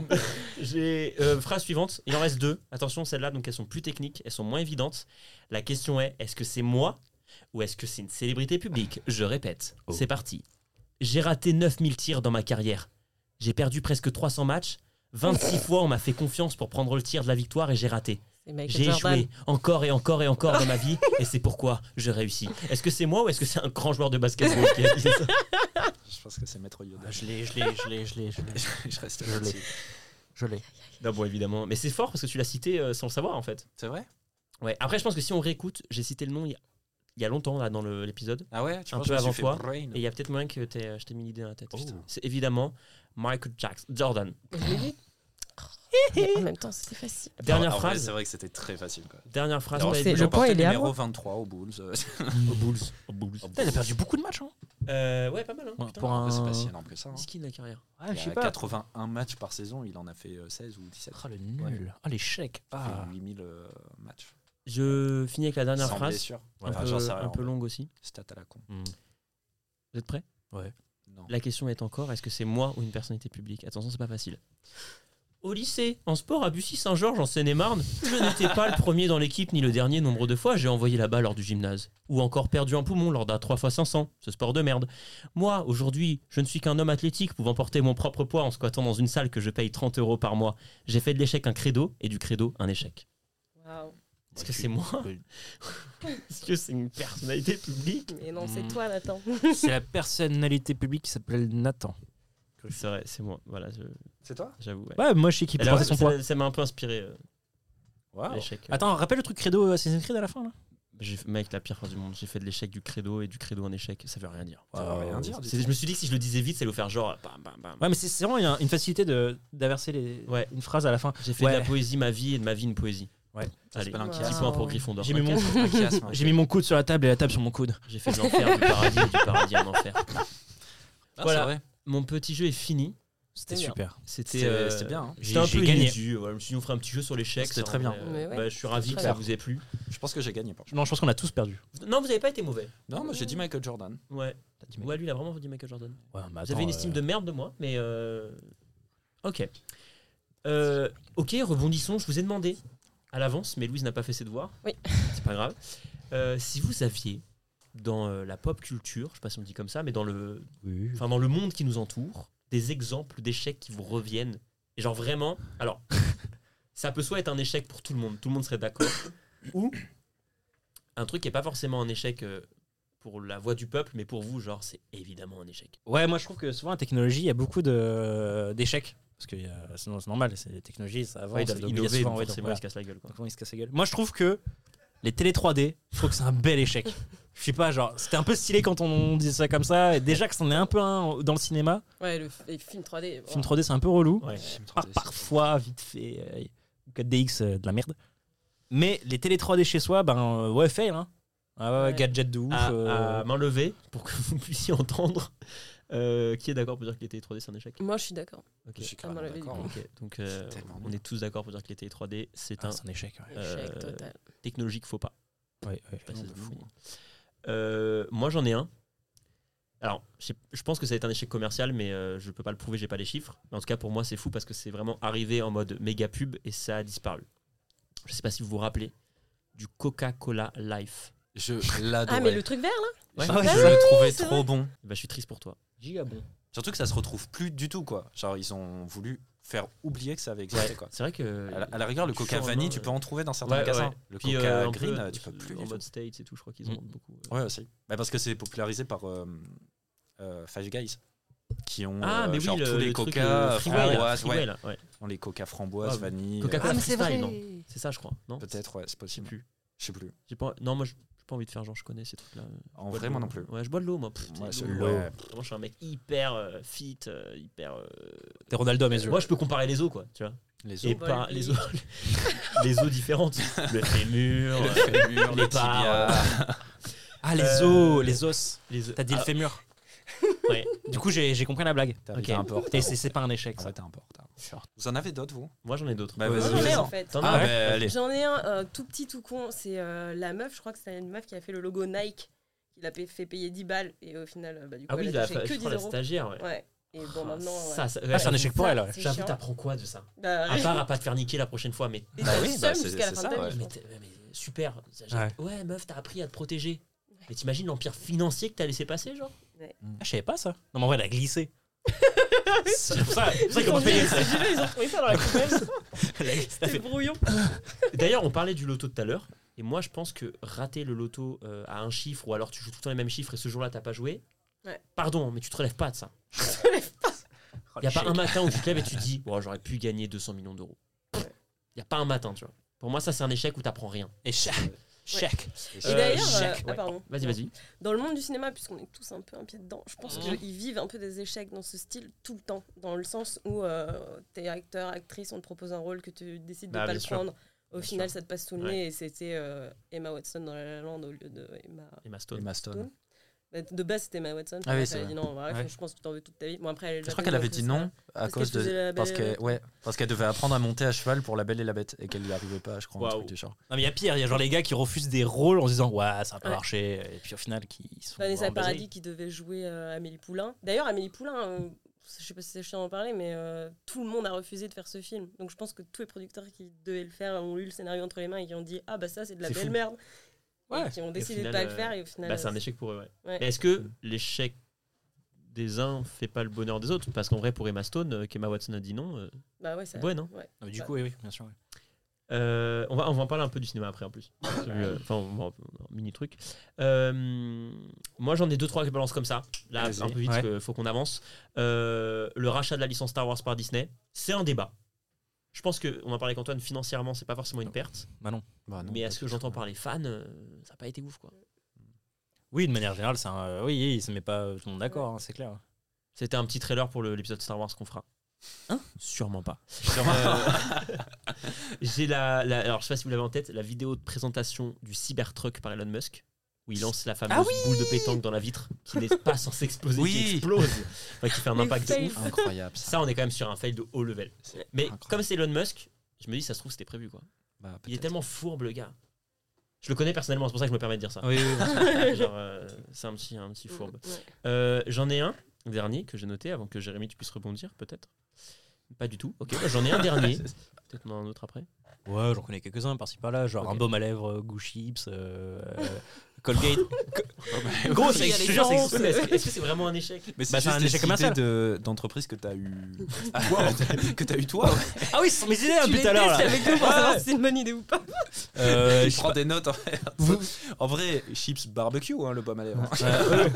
Speaker 2: J'ai euh, phrase suivante. Il en reste deux. Attention, celles-là, donc elles sont plus techniques, elles sont moins évidentes. La question est est-ce que c'est moi ou est-ce que c'est une célébrité publique Je répète, c'est parti. J'ai raté 9000 tirs dans ma carrière. J'ai perdu presque 300 matchs. 26 fois, on m'a fait confiance pour prendre le tir de la victoire et j'ai raté.
Speaker 3: C'est Michael
Speaker 2: J'ai
Speaker 3: Jordan.
Speaker 2: échoué encore et encore et encore dans ma vie, et c'est pourquoi je réussis. Est-ce que c'est moi ou est-ce que c'est un grand joueur de basketball qui a dit ça
Speaker 4: Je pense que c'est Maître Yoda.
Speaker 6: Je l'ai, je l'ai, je l'ai, je l'ai, je l'ai.
Speaker 4: Je reste
Speaker 6: Je l'ai.
Speaker 4: là-dessus.
Speaker 6: Je l'ai.
Speaker 2: Non, bon, évidemment. Mais c'est fort parce que tu l'as cité euh, sans le savoir, en fait.
Speaker 4: C'est vrai
Speaker 2: Ouais. Après, je pense que si on réécoute, j'ai cité le nom il y a, il y a longtemps, là, dans le- l'épisode.
Speaker 4: Ah ouais tu
Speaker 2: Un
Speaker 4: penses que
Speaker 2: peu
Speaker 4: je me
Speaker 2: avant
Speaker 4: suis
Speaker 2: toi.
Speaker 4: fait brain
Speaker 2: Et il y a peut-être moyen que t'aies- je t'ai mis l'idée dans la tête.
Speaker 4: Oh.
Speaker 2: putain. C'est évidemment Michael Jackson. Jordan.
Speaker 3: Je l'ai dit. Mais en même temps, c'était facile.
Speaker 2: Dernière
Speaker 4: Ah, en vrai,
Speaker 2: phrase.
Speaker 4: C'est vrai que c'était très facile. Quoi.
Speaker 2: Dernière phrase.
Speaker 4: Alors,
Speaker 2: t'as
Speaker 3: c'est-
Speaker 2: dit-
Speaker 3: le point,
Speaker 4: Porté
Speaker 3: il est à
Speaker 4: numéro
Speaker 3: moi.
Speaker 4: 23 aux Bulls. euh,
Speaker 6: Aux Bulls. Putain, il a perdu beaucoup de matchs. Hein.
Speaker 2: Euh, ouais, pas mal. Hein, putain.
Speaker 6: Pour un.
Speaker 4: C'est pas si énorme que ça. hein.
Speaker 2: Skin la carrière.
Speaker 6: Ah, je
Speaker 4: Il
Speaker 6: sais
Speaker 4: a
Speaker 6: pas.
Speaker 4: 81 matchs par saison, il en a fait euh, 16 ou 17.
Speaker 6: Ah, le nul. Ah, l'échec. Ah.
Speaker 4: 8000 euh, matchs.
Speaker 2: Je finis avec la dernière
Speaker 4: Sans
Speaker 2: phrase.
Speaker 4: blessure.
Speaker 2: Un
Speaker 4: Enfin,
Speaker 2: peu,
Speaker 4: j'en sais rien,
Speaker 2: un peu
Speaker 4: en
Speaker 2: longue aussi.
Speaker 4: vrai. Stat à la con.
Speaker 2: Vous êtes prêts
Speaker 4: Non.
Speaker 2: La question est encore, est-ce que c'est moi ou une personnalité publique Attention, c'est pas facile. Au lycée, en sport à Bussy-Saint-Georges, en Seine-et-Marne, je n'étais pas le premier dans l'équipe ni le dernier nombre de fois j'ai envoyé la balle lors du gymnase. Ou encore perdu un poumon lors d'un 3x500, ce sport de merde. Moi, aujourd'hui, je ne suis qu'un homme athlétique pouvant porter mon propre poids en squattant dans une salle que je paye 30 euros par mois. J'ai fait de l'échec un credo et du credo un échec.
Speaker 3: Waouh.
Speaker 2: Est-ce que c'est moi Est-ce que c'est une personnalité publique
Speaker 3: Mais non, c'est
Speaker 6: Mm.
Speaker 3: toi, Nathan.
Speaker 6: C'est la personnalité publique qui s'appelle Nathan.
Speaker 2: C'est vrai, c'est moi. Voilà, je-
Speaker 4: C'est toi
Speaker 2: j'avoue. ouais.
Speaker 6: Ouais, moi je sais qui
Speaker 2: Alors,
Speaker 6: porte son poids.
Speaker 2: ça- ça m'a un peu inspiré. euh,
Speaker 4: Waouh.
Speaker 2: L'échec. euh,
Speaker 6: Attends, rappelle le truc credo Assassin's Creed à la fin là.
Speaker 2: J'ai fait- mec, la pire phrase du monde. J'ai fait de l'échec du credo et du credo un échec. Ça veut rien dire.
Speaker 4: Ça veut rien dire. du
Speaker 2: C'est-
Speaker 4: tout.
Speaker 2: Je me suis dit que si je le disais vite, ça allait vous faire genre. Bam, bam, bam.
Speaker 6: Ouais, mais c'est c'est vraiment une, une facilité de d'averser les
Speaker 2: Ouais.
Speaker 6: une phrase à la fin.
Speaker 2: J'ai fait
Speaker 6: Ouais.
Speaker 2: de la poésie ma vie et de ma vie une poésie.
Speaker 6: Ouais.
Speaker 4: Ça
Speaker 2: Allez,
Speaker 4: s'appelle un
Speaker 3: Wow.
Speaker 2: petit
Speaker 4: chiasme.
Speaker 2: point pour Gryffondor.
Speaker 6: J'ai mis mon
Speaker 4: Un chiasme.
Speaker 6: j'ai mis mon coude sur la table et la table sur mon coude.
Speaker 2: J'ai fait de l'enfer du paradis et du paradis en enfer.
Speaker 4: Ah,
Speaker 2: Voilà.
Speaker 4: c'est vrai.
Speaker 2: Mon petit jeu est fini.
Speaker 6: C'était
Speaker 3: bien.
Speaker 6: super.
Speaker 2: C'était
Speaker 4: C'était
Speaker 2: euh,
Speaker 4: c'était bien. hein.
Speaker 2: C'était un
Speaker 6: J'ai-
Speaker 2: peu
Speaker 6: j'ai gagné.
Speaker 2: inédit. Ouais, je me suis dit, on ferait un petit jeu sur l'échec.
Speaker 4: C'était
Speaker 2: ça,
Speaker 4: très bien.
Speaker 2: en vrai,
Speaker 3: Mais
Speaker 2: euh,
Speaker 3: ouais.
Speaker 2: bah, je suis ravi que
Speaker 3: Très
Speaker 2: ça
Speaker 3: bien.
Speaker 2: vous ait plu.
Speaker 4: Je pense que j'ai gagné. par contre.
Speaker 6: Non, je pense qu'on a tous perdu.
Speaker 2: Non, vous n'avez pas été mauvais.
Speaker 4: Non, moi j'ai dit Michael Jordan.
Speaker 2: Ouais. Ouais, lui, il a vraiment dit Michael Jordan.
Speaker 6: Ouais, mais
Speaker 2: J'avais
Speaker 6: attends,
Speaker 2: une estime
Speaker 6: euh,
Speaker 2: de merde de moi, mais. euh, Ok. Euh, ok, rebondissons. Je vous ai demandé à l'avance, mais Louise n'a pas fait ses devoirs.
Speaker 3: Oui.
Speaker 2: C'est pas grave. Euh, si vous aviez, dans euh, la pop culture, je sais pas si on dit comme ça, mais dans le,
Speaker 6: oui.
Speaker 2: enfin, dans le monde qui nous entoure, des exemples d'échecs qui vous reviennent. Et genre vraiment. Alors, ça peut soit être un échec pour tout le monde, tout le monde serait d'accord, ou un truc qui n'est pas forcément un échec. euh, pour la voix du peuple, mais pour vous, genre, c'est évidemment un échec.
Speaker 6: Ouais, moi je trouve que souvent la technologie, il y a beaucoup de d'échecs parce que euh, sinon c'est normal, c'est les technologies, ça avance,
Speaker 2: Ouais, ils
Speaker 6: ça
Speaker 2: doivent
Speaker 6: donc il y a
Speaker 2: innover,
Speaker 6: souvent,
Speaker 2: donc
Speaker 6: ouais, donc
Speaker 2: forcément,
Speaker 6: voilà.
Speaker 2: ils se cassent la gueule. Quoi.
Speaker 6: Donc, comment il se casse la gueule. Moi, je trouve que les télé 3D, je trouve que c'est un bel échec. Je sais pas, genre, c'était un peu stylé quand on disait ça comme ça. Et déjà que c'en est un peu un dans le cinéma.
Speaker 3: Ouais, le f- les films 3D.
Speaker 6: Film 3D, c'est un peu relou.
Speaker 2: Ouais.
Speaker 4: Ah,
Speaker 6: Par- Ah, parfois, vite fait, euh, 4DX, euh, de la merde. Mais les télé 3D chez soi, ben, euh, ouais, fail, hein. Ah ouais, ouais,
Speaker 3: Ouais.
Speaker 6: gadget de ouf.
Speaker 2: À,
Speaker 6: euh,
Speaker 2: à main levée, pour que vous puissiez entendre. Euh, qui est d'accord pour dire que les télé 3D c'est un échec
Speaker 3: Moi, je suis d'accord.
Speaker 2: Ok.
Speaker 4: Je suis
Speaker 3: Ah, moi,
Speaker 4: carrément
Speaker 3: j'avais
Speaker 4: d'accord.
Speaker 3: dit.
Speaker 2: Ok, Donc euh,
Speaker 4: Oh. C'est tellement
Speaker 2: on
Speaker 4: nul.
Speaker 2: est tous d'accord pour dire que les télé 3D c'est
Speaker 6: ah,
Speaker 2: un
Speaker 6: c'est un échec, ouais.
Speaker 3: Échec
Speaker 2: Euh,
Speaker 3: total.
Speaker 2: technologique faux pas.
Speaker 6: Ouais, ouais.
Speaker 2: Je sais pas si ça se
Speaker 4: fou.
Speaker 2: fout. Euh, moi j'en ai un. Alors je sais- je pense que ça va être un échec commercial, mais euh, je peux pas le prouver, j'ai pas les chiffres. Mais en tout cas pour moi c'est fou parce que c'est vraiment arrivé en mode méga pub et ça a disparu. Je sais pas si vous vous rappelez du Coca-Cola Life.
Speaker 4: Je
Speaker 3: Ah, mais le
Speaker 4: l'adorais.
Speaker 3: truc vert, là
Speaker 2: Ouais.
Speaker 4: Je le trouvais
Speaker 3: c'est
Speaker 4: trop bon.
Speaker 2: Bah, je suis triste pour toi.
Speaker 6: Gigabon.
Speaker 4: Surtout que ça se retrouve plus du tout quoi. Genre ils ont voulu faire oublier que ça avait
Speaker 2: Ouais,
Speaker 4: existé quoi.
Speaker 2: c'est vrai que.
Speaker 4: À la, à la rigueur, le
Speaker 2: Toujours
Speaker 4: coca
Speaker 2: en
Speaker 4: vanille,
Speaker 2: mode-
Speaker 4: tu peux en trouver dans certains
Speaker 2: Ouais,
Speaker 4: magasins.
Speaker 2: ouais.
Speaker 4: Le
Speaker 2: Puis,
Speaker 4: coca
Speaker 2: euh, un
Speaker 4: green,
Speaker 2: peu,
Speaker 4: euh, tu peux plus.
Speaker 2: En
Speaker 4: du tout. Hmm.
Speaker 2: mode States et tout, je crois qu'ils en
Speaker 6: Mm.
Speaker 2: vendent beaucoup.
Speaker 4: Ouais, aussi. Bah, parce que c'est popularisé par euh, euh, Five Guys. Qui ont
Speaker 2: Ah,
Speaker 4: euh,
Speaker 2: mais
Speaker 4: genre
Speaker 2: oui, le,
Speaker 4: tous les
Speaker 2: le truc,
Speaker 4: coca
Speaker 2: le freeway, là,
Speaker 4: framboises,
Speaker 2: freeway,
Speaker 4: euh, ouais.
Speaker 2: là, ah ouais.
Speaker 4: Ont les coca framboise,
Speaker 2: Ah, mais-
Speaker 4: vanille.
Speaker 2: Coca-Cola
Speaker 4: euh,
Speaker 2: freestyle, non
Speaker 3: Ah,
Speaker 2: C'est ça, je crois. Non
Speaker 4: Peut-être, ouais, c'est
Speaker 2: Je sais
Speaker 4: possible.
Speaker 2: plus.
Speaker 4: Je sais plus.
Speaker 2: J'ai pas... Non, moi, j'ai j'ai pas envie de faire genre, je connais ces trucs-là. Je
Speaker 4: En
Speaker 2: bois de l'eau.
Speaker 4: vrai,
Speaker 2: hein.
Speaker 4: moi non plus.
Speaker 2: Ouais, je bois de l'eau, moi. Pff,
Speaker 4: Ouais,
Speaker 2: de
Speaker 4: c'est-
Speaker 2: l'eau.
Speaker 4: ouais.
Speaker 2: Vraiment, je suis un mec hyper euh, fit, euh, hyper. euh,
Speaker 6: T'es Ronaldo à mes yeux.
Speaker 2: Moi, je peux comparer les eaux, quoi, tu vois.
Speaker 4: Les
Speaker 2: Et
Speaker 4: os,
Speaker 3: eaux.
Speaker 2: par les eaux, les eaux différentes. Le fémur,
Speaker 4: le
Speaker 2: euh,
Speaker 4: fémur,
Speaker 2: les
Speaker 4: le
Speaker 2: parts.
Speaker 4: tibia.
Speaker 6: Ah, les
Speaker 2: Euh,
Speaker 6: os, les os.
Speaker 2: les...
Speaker 6: T'as dit le
Speaker 2: Ah,
Speaker 6: fémur.
Speaker 2: Ouais.
Speaker 6: Du coup, j'ai j'ai compris la blague.
Speaker 4: T'arrives
Speaker 6: Ok.
Speaker 4: un peu en retard.
Speaker 6: Et c'est c'est pas un échec,
Speaker 4: En
Speaker 6: ça.
Speaker 4: vrai, t'es un peu en retard. Vous en avez d'autres, vous
Speaker 2: Moi, j'en ai d'autres.
Speaker 4: Bah,
Speaker 2: Ouais,
Speaker 4: vas-y,
Speaker 2: ouais,
Speaker 3: J'en ai,
Speaker 2: ouais.
Speaker 3: en fait.
Speaker 2: T'en
Speaker 4: Ah,
Speaker 2: as un
Speaker 4: bah, allez.
Speaker 3: J'en ai un euh, tout petit, tout con. C'est euh, la meuf, je crois que c'est une meuf qui a fait le logo Nike. Il a pa- fait payer 10 balles et au final, euh, bah, du coup,
Speaker 2: Ah oui,
Speaker 3: elle
Speaker 2: la
Speaker 3: a touché
Speaker 2: je
Speaker 3: que 10
Speaker 2: crois la
Speaker 3: euros.
Speaker 2: stagiaire, ouais.
Speaker 3: Ouais. Et bon,
Speaker 2: Ah,
Speaker 3: maintenant. ouais.
Speaker 2: ça, ça- ouais,
Speaker 6: Ah, c'est un échec pour elle. ouais.
Speaker 3: C'est
Speaker 2: J'avoue,
Speaker 3: chiant.
Speaker 2: t'apprends quoi de ça
Speaker 3: Bah,
Speaker 2: À part à pas te faire niquer la prochaine fois, mais,
Speaker 3: et
Speaker 4: Bah
Speaker 3: t'as
Speaker 4: oui,
Speaker 3: le
Speaker 4: bah,
Speaker 3: seum
Speaker 4: c'est-
Speaker 3: jusqu'à la
Speaker 4: c'est
Speaker 3: fin de
Speaker 4: ça,
Speaker 3: ta
Speaker 4: ouais.
Speaker 3: vie, je
Speaker 2: mais
Speaker 3: pense.
Speaker 2: t'es- mais super. ça- j'ai-
Speaker 6: Ouais.
Speaker 2: Ouais. meuf, t'as appris à te protéger. Mais t'imagines l'empire financier que t'as laissé passer, genre
Speaker 6: Ah, je savais pas ça. Non, mais en vrai, elle a glissé. C'est pour ça, c'est pour ça
Speaker 3: Ils
Speaker 6: qu'on
Speaker 3: ont
Speaker 6: m'a
Speaker 3: dit-
Speaker 6: payé.
Speaker 3: ces gilets, ils ont trouvé ça dans la poubelle. C'était brouillon.
Speaker 2: D'ailleurs, on parlait du loto tout à l'heure. Et moi, je pense que rater le loto euh, à un chiffre, ou alors tu joues tout le temps les mêmes chiffres et ce jour-là, t'as pas joué.
Speaker 3: Ouais.
Speaker 2: Pardon, mais tu te relèves pas de ça. Il n'y
Speaker 3: Oh,
Speaker 2: a pas un matin où tu te lèves et tu te dis Oh, j'aurais pu gagner 200 millions d'euros. Il n'y a pas un matin, tu vois. Pour moi, ça, c'est un échec où t'apprends rien.
Speaker 6: Et chaque. Chaque.
Speaker 3: Et
Speaker 2: Euh,
Speaker 3: d'ailleurs, euh,
Speaker 2: Jacques,
Speaker 3: ah,
Speaker 2: ouais.
Speaker 3: pardon.
Speaker 2: Vas-y, vas-y.
Speaker 3: Dans le monde du cinéma, puisqu'on est tous un peu un pied dedans, je pense
Speaker 4: Mmh.
Speaker 3: qu'ils vivent un peu des échecs dans ce style tout le temps, dans le sens où euh, t'es acteur, actrice, on te propose un rôle que tu décides de
Speaker 2: Bah,
Speaker 3: pas
Speaker 2: bien
Speaker 3: le
Speaker 2: sûr.
Speaker 3: prendre. Au
Speaker 2: Bien
Speaker 3: final,
Speaker 2: sûr.
Speaker 3: ça te passe sous le
Speaker 2: Ouais.
Speaker 3: nez et c'était euh, Emma Watson dans La La Land au lieu de Emma.
Speaker 2: Emma Stone.
Speaker 4: Emma Stone.
Speaker 3: Bah, De base, c'était Emma Watson.
Speaker 4: Ah oui,
Speaker 3: Elle
Speaker 4: c'est
Speaker 3: avait
Speaker 4: vrai.
Speaker 3: dit non, voilà,
Speaker 4: Ouais.
Speaker 3: je pense que tu t'en veux toute ta vie. Bon, après, elle a
Speaker 4: Je
Speaker 3: déjà
Speaker 4: crois
Speaker 3: fait
Speaker 4: qu'elle
Speaker 3: une
Speaker 4: avait
Speaker 3: autre
Speaker 4: dit
Speaker 3: fois.
Speaker 4: non à
Speaker 3: Parce
Speaker 4: cause
Speaker 3: qu'elle faisait
Speaker 4: de
Speaker 3: la
Speaker 4: parce
Speaker 3: belle- euh,
Speaker 4: que ouais parce qu'elle devait apprendre à monter à cheval pour la Belle et la Bête et qu'elle lui arrivait pas, je crois, un
Speaker 2: Waouh.
Speaker 4: truc du genre.
Speaker 6: Non, mais il y a pire, il y a genre les gars qui refusent des rôles en se disant, ouais, ça va pas
Speaker 3: Ouais.
Speaker 6: marcher. Et puis au final, qui sont.
Speaker 3: Vanessa
Speaker 6: vraiment baisés.
Speaker 3: Paradis qui devait jouer euh, Amélie Poulain. D'ailleurs, Amélie Poulain, euh, je sais pas si c'est chiant d'en parler, mais euh, tout le monde a refusé de faire ce film. Donc je pense que tous les producteurs qui devaient le faire ont eu le scénario entre les mains et qui ont dit Ah bah ça, c'est de la
Speaker 4: C'est
Speaker 3: belle
Speaker 4: fou.
Speaker 3: merde.
Speaker 6: Ouais.
Speaker 3: Et qui ont décidé
Speaker 2: final,
Speaker 3: de pas le
Speaker 2: euh,
Speaker 3: faire et au final.
Speaker 2: Bah, c'est un
Speaker 3: euh,
Speaker 2: échec pour eux, ouais.
Speaker 3: Ouais.
Speaker 2: Mais est-ce que l'échec des uns fait pas le bonheur des autres Parce qu'en vrai, pour Emma Stone, euh, qu'Emma Watson a dit non, euh,
Speaker 3: Bah ouais, ça.
Speaker 2: c'est bon, non
Speaker 3: ouais.
Speaker 6: Non, mais Du coup, oui, oui, bien sûr. oui.
Speaker 2: Euh, on, va, on va en parler un peu du cinéma après en plus. Parce que, euh, Enfin, on va- un mini truc. Euh, moi j'en ai deux trois qui balancent comme ça. Là,
Speaker 4: Vas-y.
Speaker 2: un peu vite,
Speaker 6: Ouais.
Speaker 2: parce que faut qu'on avance. Euh, le rachat de la licence Star Wars par Disney, c'est un débat. Je pense que on en parlait avec Antoine, financièrement, c'est pas forcément une perte.
Speaker 4: Bah, non,
Speaker 2: mais à
Speaker 4: pas
Speaker 2: ce
Speaker 4: du
Speaker 2: que
Speaker 4: tout.
Speaker 2: j'entends par les fans, euh, ça n'a pas été ouf quoi.
Speaker 6: Oui, de manière générale, c'est un. euh, Oui, oui, il se met pas euh, tout le monde d'accord, hein, c'est clair.
Speaker 2: C'était un petit trailer pour le- l'épisode Star Wars qu'on fera.
Speaker 6: Hein
Speaker 2: Sûrement pas. Euh, J'ai la, la- Alors, je sais pas si vous l'avez en tête, la vidéo de présentation du Cybertruck par Elon Musk, où il lance la fameuse
Speaker 6: Ah
Speaker 2: boule de pétanque dans la vitre, qui n'est pas censée exploser, qui
Speaker 4: Oui.
Speaker 2: explose, enfin, qui fait un
Speaker 3: Les
Speaker 2: impact de
Speaker 3: fails.
Speaker 2: ouf.
Speaker 4: Incroyable. ça.
Speaker 2: Ça, on est quand même sur un fail de haut level.
Speaker 4: C'est
Speaker 2: Mais
Speaker 4: incroyable.
Speaker 2: comme c'est Elon Musk, je me dis, ça se trouve, c'était prévu quoi.
Speaker 4: Bah, peut-être.
Speaker 2: Il est tellement fourbe, le gars. Je le connais personnellement, c'est pour ça que je me permets de dire ça.
Speaker 6: Oui, oui.
Speaker 2: Genre, euh, c'est un petit, un petit
Speaker 4: Mmh.
Speaker 2: fourbe.
Speaker 3: Ouais.
Speaker 2: Euh, J'en ai un dernier que j'ai noté avant que Jérémy tu puisses rebondir peut-être. Pas du tout. Ok. bah, J'en ai un dernier. Peut-être on en a un autre après.
Speaker 6: Ouais, j'en connais quelques-uns par-ci par-là, genre
Speaker 2: Ok.
Speaker 6: un baume à lèvres, euh, Goo Chips, euh, euh, Colgate. Ah Gros, c'est- je te jure, c'est
Speaker 2: Est-ce que est-ce que c'est vraiment un échec
Speaker 4: Mais c'est
Speaker 6: Bah, c'est
Speaker 4: juste
Speaker 6: un
Speaker 4: les
Speaker 6: échec
Speaker 4: idées
Speaker 6: commercial.
Speaker 4: de- d'entreprise que t'as eu. que t'as eu toi. ouais.
Speaker 6: Ah oui, ce sont mes idées depuis tout à l'heure là.
Speaker 3: avec nous pour
Speaker 6: Ouais,
Speaker 3: savoir
Speaker 6: ouais.
Speaker 3: si c'est une bonne idée ou pas.
Speaker 6: Euh,
Speaker 4: Je
Speaker 6: je-
Speaker 4: prends des notes. En, fait. en vrai, chips barbecue, hein, le pomme à lèvres.
Speaker 6: euh,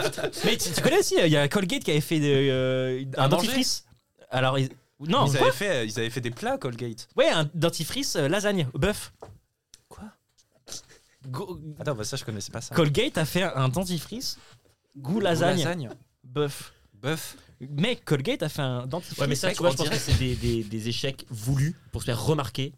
Speaker 6: mais tu, tu connais aussi, euh, il y a Colgate qui avait fait de, euh, un,
Speaker 4: Un danger.
Speaker 6: dentifrice. Alors, ils- non,
Speaker 4: ils,
Speaker 6: quoi
Speaker 4: avaient fait, ils avaient fait des plats, Colgate.
Speaker 6: Ouais, un dentifrice euh, lasagne au bœuf.
Speaker 4: Quoi
Speaker 6: Go-
Speaker 4: Attends, bah, ça, je connaissais pas ça.
Speaker 6: Colgate a fait un dentifrice goût lasagne, bœuf.
Speaker 4: Bœuf.
Speaker 6: Mais Colgate a fait un dentifrice.
Speaker 2: Ouais, mais ça,
Speaker 4: Mec,
Speaker 2: tu vois,
Speaker 4: on
Speaker 2: je pense que
Speaker 4: dirait-
Speaker 2: c'est des, des- des échecs voulus pour se faire remarquer.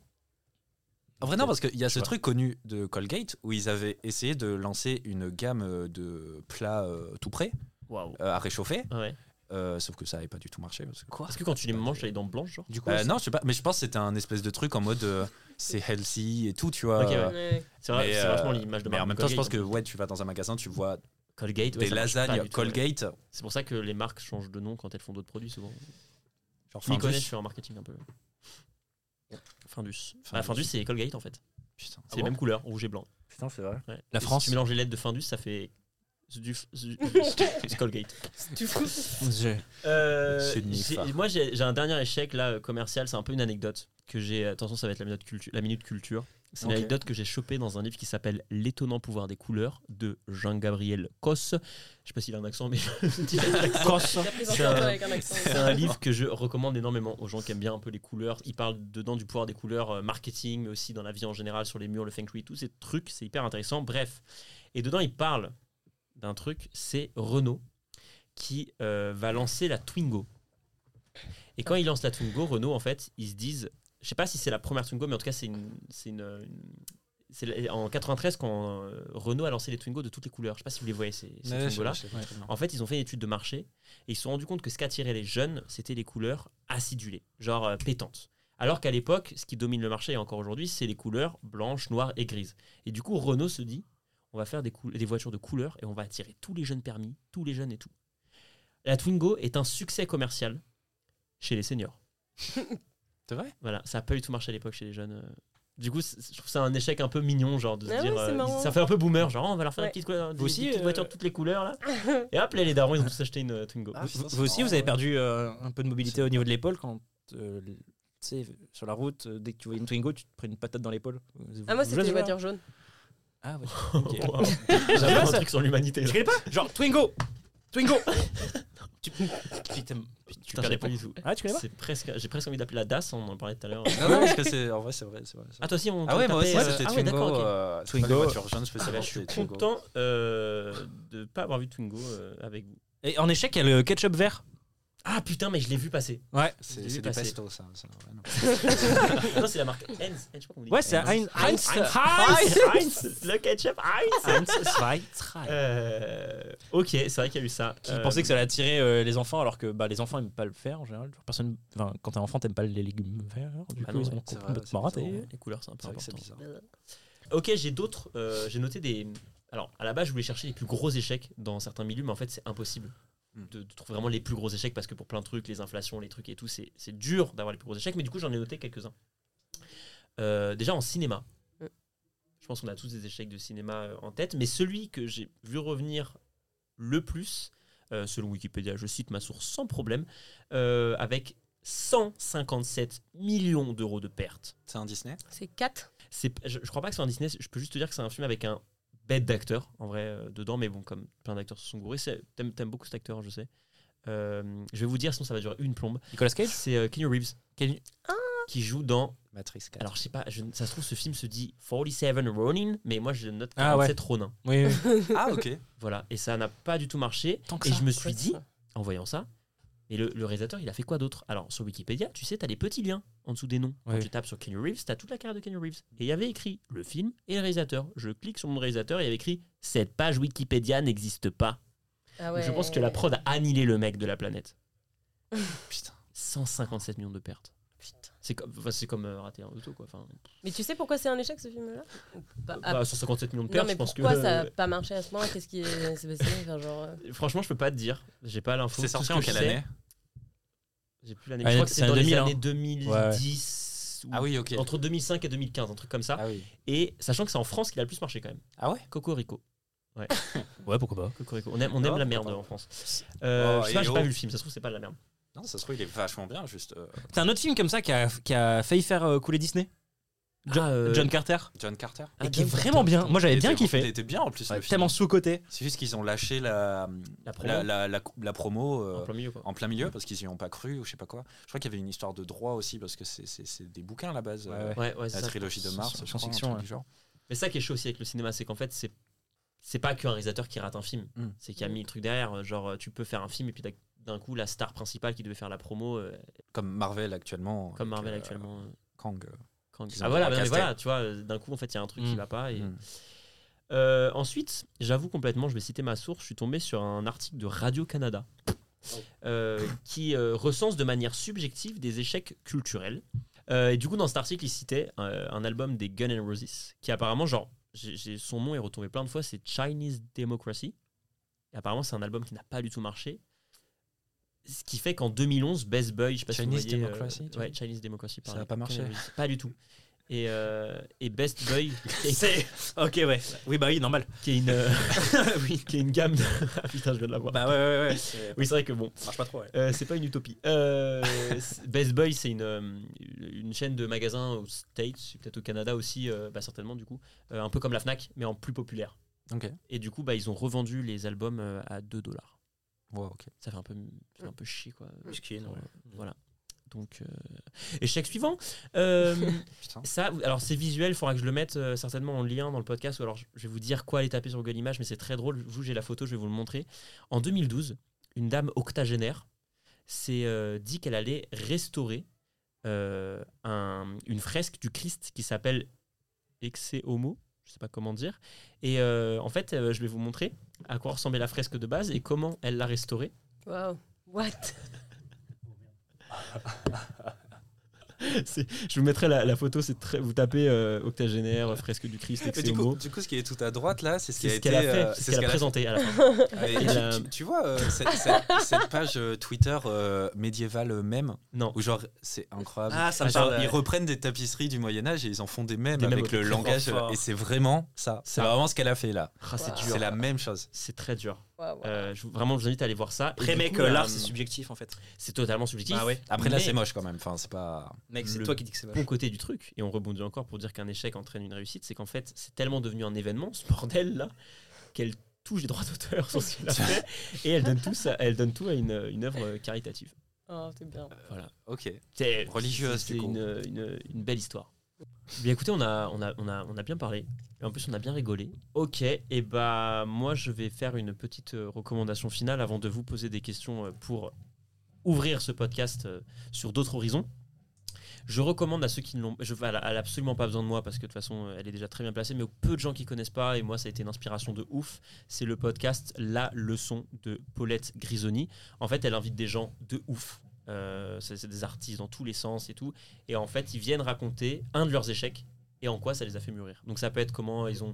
Speaker 4: En vrai, non, parce qu'il y a ce
Speaker 2: Ouais.
Speaker 4: truc connu de Colgate où ils avaient essayé de lancer une gamme de plats euh, tout prêts
Speaker 2: Waouh.
Speaker 4: euh, à réchauffer.
Speaker 2: Ouais.
Speaker 4: Euh, sauf que ça avait pas du tout marché. Parce que...
Speaker 6: Quoi
Speaker 2: Est-ce que quand tu les manges, t'as les dents blanches genre
Speaker 6: Du coup,
Speaker 4: Bah, non, je sais pas, mais je pense que c'était un espèce de truc en mode euh, c'est healthy et tout, tu vois.
Speaker 2: Ok, ouais.
Speaker 3: Ouais.
Speaker 2: C'est vrai,
Speaker 4: Mais,
Speaker 2: c'est
Speaker 4: euh,
Speaker 2: vachement l'image de
Speaker 4: Mais
Speaker 2: marque
Speaker 4: en
Speaker 2: de
Speaker 4: même temps, je pense
Speaker 2: Colgate.
Speaker 4: que ouais, tu vas dans un magasin, tu vois
Speaker 2: Colgate, ouais,
Speaker 4: des
Speaker 2: ça marche pas
Speaker 4: lasagnes
Speaker 2: du tout, ouais.
Speaker 4: Colgate.
Speaker 2: C'est pour ça que les marques changent de nom quand elles font d'autres produits souvent.
Speaker 4: Genre,
Speaker 2: Je m'y
Speaker 4: Findus.
Speaker 2: connais, je suis en marketing un peu. Findus. Bah,
Speaker 4: Findus.
Speaker 2: Findus, c'est Colgate en fait.
Speaker 4: Putain,
Speaker 2: C'est les mêmes couleurs, rouge et blanc.
Speaker 4: Putain, c'est vrai.
Speaker 2: Ouais.
Speaker 6: La
Speaker 2: Et si
Speaker 6: France.
Speaker 2: tu mélanges les lettres de Findus, ça fait. Du, du- du- Colgate.
Speaker 3: Tu fous.
Speaker 6: je-
Speaker 2: Euh,
Speaker 4: C'est nif,
Speaker 2: j'ai-
Speaker 4: ça.
Speaker 2: moi, j'ai j'ai un dernier échec là euh, commercial. C'est un peu une anecdote que j'ai. Attention, ça va être la minute culture. La minute culture. C'est une
Speaker 4: Ok.
Speaker 2: anecdote que j'ai chopée dans un livre qui s'appelle L'étonnant pouvoir des couleurs de Jean-Gabriel Cosse. Je sais pas s'il a un accent, mais je dis
Speaker 6: Corse.
Speaker 3: T'as présenté
Speaker 2: C'est un-
Speaker 3: un peu avec un accent.
Speaker 2: c'est un livre que je recommande énormément aux gens qui aiment bien un peu les couleurs. Il parle dedans du pouvoir des couleurs euh, marketing, mais aussi dans la vie en général, sur les murs, le feng shui, tous ces trucs. C'est hyper intéressant. Bref. Et dedans, il parle d'un truc c'est Renault qui euh, va lancer la Twingo. Et quand il lance la Twingo, Renault, en fait, ils se disent je sais pas si c'est la première Twingo, mais en tout cas, c'est une. C'est une, une- c'est la- en 93 quand euh, Renault a lancé les Twingo de toutes les couleurs. Je sais pas si vous les voyez ces, ces Twingo-là. En fait, ils ont fait une étude de marché et ils se sont rendus compte que ce qu'attiraient les jeunes, c'était les couleurs acidulées, genre euh, pétantes. Alors qu'à l'époque, ce qui domine le marché et encore aujourd'hui, c'est les couleurs blanches, noires et grises. Et du coup, Renault se dit, on va faire des, cou- des voitures de couleur et on va attirer tous les jeunes permis, tous les jeunes et tout. La Twingo est un succès commercial chez les seniors.
Speaker 4: C'est vrai
Speaker 2: Voilà, ça n'a pas du tout marché à l'époque chez les jeunes. euh, Du coup, c'est- je trouve ça un échec un peu mignon, genre de se
Speaker 3: Ah
Speaker 2: dire.
Speaker 3: ouais, c'est
Speaker 2: euh,
Speaker 3: marrant.
Speaker 2: ça fait un peu boomer, genre oh, on va leur faire
Speaker 3: Ouais.
Speaker 2: une petite, cou- des-
Speaker 6: Vous aussi,
Speaker 2: des petites
Speaker 6: euh,
Speaker 2: voitures de toutes les couleurs là. Et hop, là, les darons, ils ont tous acheté une euh, Twingo.
Speaker 4: Ah,
Speaker 6: Vous-
Speaker 4: putain,
Speaker 6: vous aussi,
Speaker 4: c'est
Speaker 6: vous
Speaker 4: marrant,
Speaker 6: avez
Speaker 4: ouais.
Speaker 6: perdu euh, un peu de mobilité au niveau de l'épaule quand, euh, tu sais, sur la route, euh, dès que tu vois une Twingo, tu te prends une patate dans l'épaule. Vous-
Speaker 3: Ah, moi,
Speaker 6: vous
Speaker 3: c'était
Speaker 6: jouez
Speaker 3: les
Speaker 6: à ce
Speaker 3: voitures jaunes.
Speaker 6: jeu-là Ah, ouais.
Speaker 2: Wow. J'avais un truc sur l'humanité.
Speaker 6: Je
Speaker 2: là.
Speaker 6: connais pas Genre Twingo Twingo tu, putain, tu
Speaker 2: Putain, je
Speaker 6: connais
Speaker 2: sais
Speaker 6: pas
Speaker 2: pas du tout.
Speaker 6: Ah, tu connais pas
Speaker 2: C'est presque, j'ai presque envie d'appeler la DAS, on en parlait tout à l'heure.
Speaker 4: Non, non, parce que c'est. En vrai, c'est vrai. c'est vrai, c'est vrai.
Speaker 2: Ah, toi aussi, on.
Speaker 4: Ah ouais, moi aussi,
Speaker 2: t'appelait, euh,
Speaker 4: c'était
Speaker 2: ah ouais,
Speaker 4: Twingo.
Speaker 2: d'accord, ok.
Speaker 4: euh, c'est pas
Speaker 6: Twingo.
Speaker 4: les voitures jaunes
Speaker 2: Ah bah,
Speaker 4: spécialement,
Speaker 2: je suis
Speaker 4: c'était Twingo.
Speaker 2: content euh, de pas avoir vu Twingo euh, avec vous.
Speaker 6: Et en échec, il y a le ketchup vert.
Speaker 2: Ah putain, mais je l'ai vu passer.
Speaker 6: Ouais.
Speaker 4: C'est
Speaker 2: J'ai
Speaker 4: c'est
Speaker 2: vu
Speaker 4: des
Speaker 2: passer.
Speaker 4: pestos, ça. ça, ouais, non.
Speaker 2: non, c'est la marque Heinz. Heinz, Eh, je sais pas comment on dit.
Speaker 6: Ouais, c'est Heinz. Heinz.
Speaker 2: Heinz. Heinz. Le ketchup Heinz.
Speaker 6: Heinz Zwei,
Speaker 4: Ah.
Speaker 6: Drei.
Speaker 2: Euh, ok, c'est vrai qu'il y a eu ça.
Speaker 6: Qui
Speaker 2: Euh,
Speaker 6: pensait que ça allait attirer euh, les enfants alors que bah, les enfants aiment pas le faire en général. Genre, Personne, enfin, quand t'es enfant, t'aimes pas les légumes verts. Du
Speaker 2: Ah
Speaker 6: coup,
Speaker 2: non,
Speaker 6: ils
Speaker 2: ouais,
Speaker 6: ont
Speaker 4: c'est vrai,
Speaker 6: complètement
Speaker 4: c'est
Speaker 6: raté.
Speaker 4: bizarre.
Speaker 2: Les couleurs, c'est un peu
Speaker 4: C'est vrai que c'est
Speaker 2: important.
Speaker 4: bizarre.
Speaker 2: Ok, j'ai d'autres. euh, j'ai noté des. Alors, à la base, je voulais chercher les plus gros échecs dans certains milieux, mais en fait, c'est impossible
Speaker 4: Hmm.
Speaker 2: de, de trouver vraiment les plus gros échecs parce que pour plein de trucs, les inflations, les trucs et tout, c'est c'est dur d'avoir les plus gros échecs, mais du coup, j'en ai noté quelques-uns. Euh, déjà en cinéma.
Speaker 3: Hmm.
Speaker 2: Je pense qu'on a tous des échecs de cinéma euh, en tête, mais celui que j'ai vu revenir le plus, euh, selon Wikipédia, je cite ma source sans problème, euh, avec 157 millions d'euros de pertes.
Speaker 4: C'est un Disney
Speaker 3: C'est 4.
Speaker 2: C'est- je, je crois pas que c'est un Disney. Je peux juste te dire que c'est un film avec un bête d'acteur en vrai euh, dedans, mais bon, comme plein d'acteurs se sont gourés, c'est- t'aimes, t'aimes beaucoup cet acteur, je sais. Euh, je vais vous dire, sinon ça va durer une plombe.
Speaker 6: Nicolas Cage
Speaker 2: C'est euh, Keanu Reeves
Speaker 6: Keanu-
Speaker 2: qui
Speaker 6: Ah
Speaker 2: joue dans.
Speaker 4: Matrix 4.
Speaker 2: Alors je sais pas, je- ça se trouve ce film se dit 47 Ronin, mais moi je le note
Speaker 6: Ah ouais.
Speaker 2: 47 Ronin.
Speaker 6: Oui, oui.
Speaker 4: ah, ok.
Speaker 2: Voilà, et ça n'a pas du tout marché.
Speaker 6: Tant que
Speaker 2: Et
Speaker 6: ça.
Speaker 2: je me suis dit, en voyant ça. Et le, le réalisateur, il a fait quoi d'autre Alors, sur Wikipédia, tu sais, tu as les petits liens en dessous des noms. Quand
Speaker 6: Oui.
Speaker 2: tu tapes sur Kenny Reeves, tu as toute la carrière de Kenny Reeves. Et il y avait écrit le film et le réalisateur. Je clique sur mon réalisateur et il y avait écrit Cette page Wikipédia n'existe pas.
Speaker 3: Ah
Speaker 2: Donc,
Speaker 3: ouais.
Speaker 2: Je pense que la prod a annihilé le mec de la planète.
Speaker 4: Putain.
Speaker 2: 157 millions de pertes.
Speaker 3: Putain.
Speaker 2: C'est comme, enfin, c'est comme euh, rater un auto, quoi. Enfin,
Speaker 3: Mais tu sais pourquoi c'est un échec ce film-là Bah, ah,
Speaker 2: bah, 157 millions de
Speaker 3: Non,
Speaker 2: pertes,
Speaker 3: mais
Speaker 2: je pense que.
Speaker 3: pourquoi ça
Speaker 2: euh,
Speaker 3: n'a pas marché à ce moment-là Qu'est-ce qui est- s'est passé Enfin, genre, euh,
Speaker 2: Franchement, je peux pas te dire. J'ai pas l'info.
Speaker 4: C'est
Speaker 2: Tout ce
Speaker 4: sorti
Speaker 2: que
Speaker 4: en
Speaker 2: je
Speaker 4: quelle
Speaker 2: sais-
Speaker 4: année
Speaker 2: J'ai plus l'année.
Speaker 6: Ah,
Speaker 2: Je crois que
Speaker 6: c'est
Speaker 2: c'est
Speaker 6: un
Speaker 2: dans
Speaker 6: 2000,
Speaker 2: les
Speaker 6: hein.
Speaker 2: années 2010. ou
Speaker 4: Ah oui, ok.
Speaker 2: Entre 2005 et 2015, un truc comme ça.
Speaker 4: Ah oui.
Speaker 2: Et sachant que c'est en France qu'il a le plus marché quand même.
Speaker 4: Ah ouais
Speaker 2: Cocorico.
Speaker 6: Ouais, pourquoi pas.
Speaker 2: Cocorico. On aime, on aime
Speaker 4: Ah,
Speaker 2: la merde
Speaker 4: pourquoi
Speaker 2: en France. Euh,
Speaker 4: Oh,
Speaker 2: je sais pas,
Speaker 4: et
Speaker 2: j'ai pas
Speaker 4: oh.
Speaker 2: vu le film, ça se trouve c'est pas de la merde.
Speaker 4: Non, ça se trouve, il est vachement bien, juste. euh,
Speaker 6: T'as un autre film comme ça qui a, qui a failli faire euh, couler Disney Jo-
Speaker 2: Ah, euh,
Speaker 6: John Carter.
Speaker 4: John Carter.
Speaker 6: Et
Speaker 2: Ah,
Speaker 6: qui est
Speaker 2: John Carter,
Speaker 6: vraiment bien.
Speaker 2: putain.
Speaker 6: Moi, j'avais
Speaker 4: Il
Speaker 6: bien
Speaker 4: était- Il
Speaker 6: kiffé.
Speaker 4: était bien en plus. le
Speaker 6: Ouais,
Speaker 4: film.
Speaker 6: Tellement sous-côté.
Speaker 4: C'est juste qu'ils ont lâché la,
Speaker 2: La promo
Speaker 4: la, la, la- la promo euh,
Speaker 2: en plein milieu quoi.
Speaker 4: en plein milieu parce qu'ils y ont pas cru ou je sais pas quoi. Je crois qu'il y avait une histoire de droit aussi parce que c'est- c'est c'est des bouquins à la base. euh,
Speaker 6: Ouais,
Speaker 2: Ouais, ouais, c'est
Speaker 4: La
Speaker 2: ça.
Speaker 4: trilogie de
Speaker 6: c'est
Speaker 4: Mars,
Speaker 6: science-
Speaker 4: je crois, un
Speaker 6: fiction,
Speaker 4: truc
Speaker 6: ouais.
Speaker 4: du genre.
Speaker 2: Mais ça qui est chaud aussi avec le cinéma, c'est qu'en fait c'est c'est pas qu'un réalisateur qui rate un film,
Speaker 4: Mm.
Speaker 2: c'est qu'il y a mis le truc derrière. Genre euh, tu peux faire un film et puis d'ac- d'un coup la star principale qui devait faire la promo, euh,
Speaker 4: Comme Marvel actuellement.
Speaker 2: comme
Speaker 4: avec,
Speaker 2: Marvel
Speaker 4: euh,
Speaker 2: actuellement. euh,
Speaker 4: Kang. euh,
Speaker 2: Kang.
Speaker 4: Ils ont
Speaker 2: Ah voilà,
Speaker 4: recasté.
Speaker 2: mais voilà, tu vois, euh, d'un coup en fait il y a un truc qui
Speaker 6: Mm.
Speaker 2: va pas et
Speaker 4: Mm.
Speaker 2: Euh, ensuite, j'avoue complètement, je vais citer ma source, je suis tombé sur un article de Radio-Canada euh, qui euh, recense de manière subjective des échecs culturels. Euh, et du coup, dans cet article, il citait euh, un album des Guns N' Roses qui apparemment, genre, j'ai- j'ai- son nom est retombé plein de fois, c'est Chinese Democracy. Et apparemment, c'est un album qui n'a pas du tout marché. Ce qui fait qu'en 2011, Best Boy, je sais pas si vous
Speaker 4: Chinese
Speaker 2: voyez, euh,
Speaker 4: Democracy, tu
Speaker 2: ouais,
Speaker 4: dis
Speaker 2: Chinese Democracy,
Speaker 4: Ça
Speaker 2: pareil,
Speaker 4: n'a pas marché.
Speaker 2: Guns N' Roses, Pas du tout. Et, euh, et Best Boy,
Speaker 6: C'est- Ok, ouais. Oui, bah oui, normal.
Speaker 2: qui est une, euh, oui, qui est une gamme. De... Ah, putain, je viens de la voir.
Speaker 6: Bah ouais, ouais, ouais.
Speaker 2: oui, c'est vrai que bon,
Speaker 6: Ça marche pas trop, ouais.
Speaker 2: euh, c'est pas une utopie. Euh, c'est- Best Boy, c'est une, euh, une chaîne de magasins aux States, peut-être au Canada aussi, euh, bah, certainement du coup, Euh, un peu comme la Fnac, mais en plus populaire.
Speaker 4: Ok.
Speaker 2: Et du coup, bah, ils ont revendu les albums euh, à 2 dollars.
Speaker 4: Ouais, ok.
Speaker 2: Ça fait un peu, ça fait un peu chier quoi.
Speaker 6: Miskine, ouais.
Speaker 2: Voilà. Donc, euh, échec suivant. Euh,
Speaker 4: Putain.
Speaker 2: Ça, vous- alors c'est visuel, il faudra que je le mette euh, certainement en lien dans le podcast, ou alors je je vais vous dire quoi aller taper sur Google Images, mais c'est très drôle, vous j'ai la photo, je vais vous le montrer. En 2012, une dame octagénaire s'est euh, dit qu'elle allait restaurer euh, un- une fresque du Christ qui s'appelle Exe Homo, je sais pas comment dire, et euh, en fait euh, je vais vous montrer à quoi ressemblait la fresque de base et comment elle l'a restaurée.
Speaker 3: Waouh. What
Speaker 2: C'est- Je vous mettrai la, la photo, c'est très, vous tapez euh, octogénaire, fresque du Christ,
Speaker 4: Mais du coup,
Speaker 2: Exeomo.
Speaker 4: du coup, ce qui est tout à droite là, c'est ce qui
Speaker 2: C'est
Speaker 4: a
Speaker 2: ce
Speaker 4: été.
Speaker 2: qu'elle a
Speaker 4: euh,
Speaker 2: fait, c'est ce qu'elle a présenté à la fin.
Speaker 4: Ah, et
Speaker 2: Elle
Speaker 4: tu-
Speaker 2: a-
Speaker 4: tu, tu vois euh, cette, cette- cette page euh, Twitter euh, médiévale euh, même
Speaker 2: Non.
Speaker 4: où genre c'est incroyable.
Speaker 6: Ah, ça me
Speaker 4: Genre,
Speaker 6: parle,
Speaker 4: ils
Speaker 6: ouais.
Speaker 4: reprennent des tapisseries du Moyen Âge et ils en font des mèmes
Speaker 2: Des mèmes
Speaker 4: avec le
Speaker 2: très
Speaker 4: langage
Speaker 2: fort, fort.
Speaker 4: et c'est vraiment ça. C'est
Speaker 2: Ah.
Speaker 4: vraiment ce qu'elle a fait là.
Speaker 2: Ah, c'est
Speaker 3: Wow.
Speaker 2: dur.
Speaker 4: C'est la même chose.
Speaker 2: C'est très dur.
Speaker 3: Waouh, waouh.
Speaker 2: Euh, je vous- vraiment, je vous invite à aller voir ça. Et
Speaker 7: Après,
Speaker 2: du
Speaker 7: mec,
Speaker 2: coup,
Speaker 7: euh,
Speaker 2: la-
Speaker 7: l'art, c'est subjectif en fait.
Speaker 2: C'est totalement subjectif.
Speaker 7: Bah ouais.
Speaker 4: Après là
Speaker 2: Mais-
Speaker 4: c'est moche quand même. Enfin c'est pas.
Speaker 7: Mec, c'est
Speaker 2: Le-
Speaker 7: toi qui dis que c'est moche.
Speaker 2: bon côté du truc, et on rebondit encore pour dire qu'un échec entraîne une réussite, c'est qu'en fait, c'est tellement devenu un événement, ce bordel là, qu'elle touche les droits d'auteur sur ce qu'elle a fait, et elle donne tout, ça, elle donne tout à une, une œuvre caritative.
Speaker 3: Oh, c'est bien.
Speaker 2: Voilà.
Speaker 4: Ok.
Speaker 2: C'est
Speaker 4: Religieuse,
Speaker 2: c'est
Speaker 4: du coup.
Speaker 2: une, une- une belle histoire. Bien écoutez, on a, on, a, on, a, on a bien parlé, et en plus on a bien rigolé. Ok, et bah moi je vais faire une petite euh, recommandation finale avant de vous poser des questions euh, pour ouvrir ce podcast euh, sur d'autres horizons. Je recommande à ceux qui ne l'ont. Je, elle n'a absolument pas besoin de moi parce que de toute façon, euh, elle est déjà très bien placée, mais aux peu de gens qui connaissent pas, et moi, ça a été une inspiration de ouf. C'est le podcast La leçon de Paulette Grisoni. En fait, elle invite des gens de ouf. Euh, c'est c'est des artistes dans tous les sens et tout. Et en fait, ils viennent raconter un de leurs échecs et en quoi ça les a fait mûrir. Donc, ça peut être comment ils ont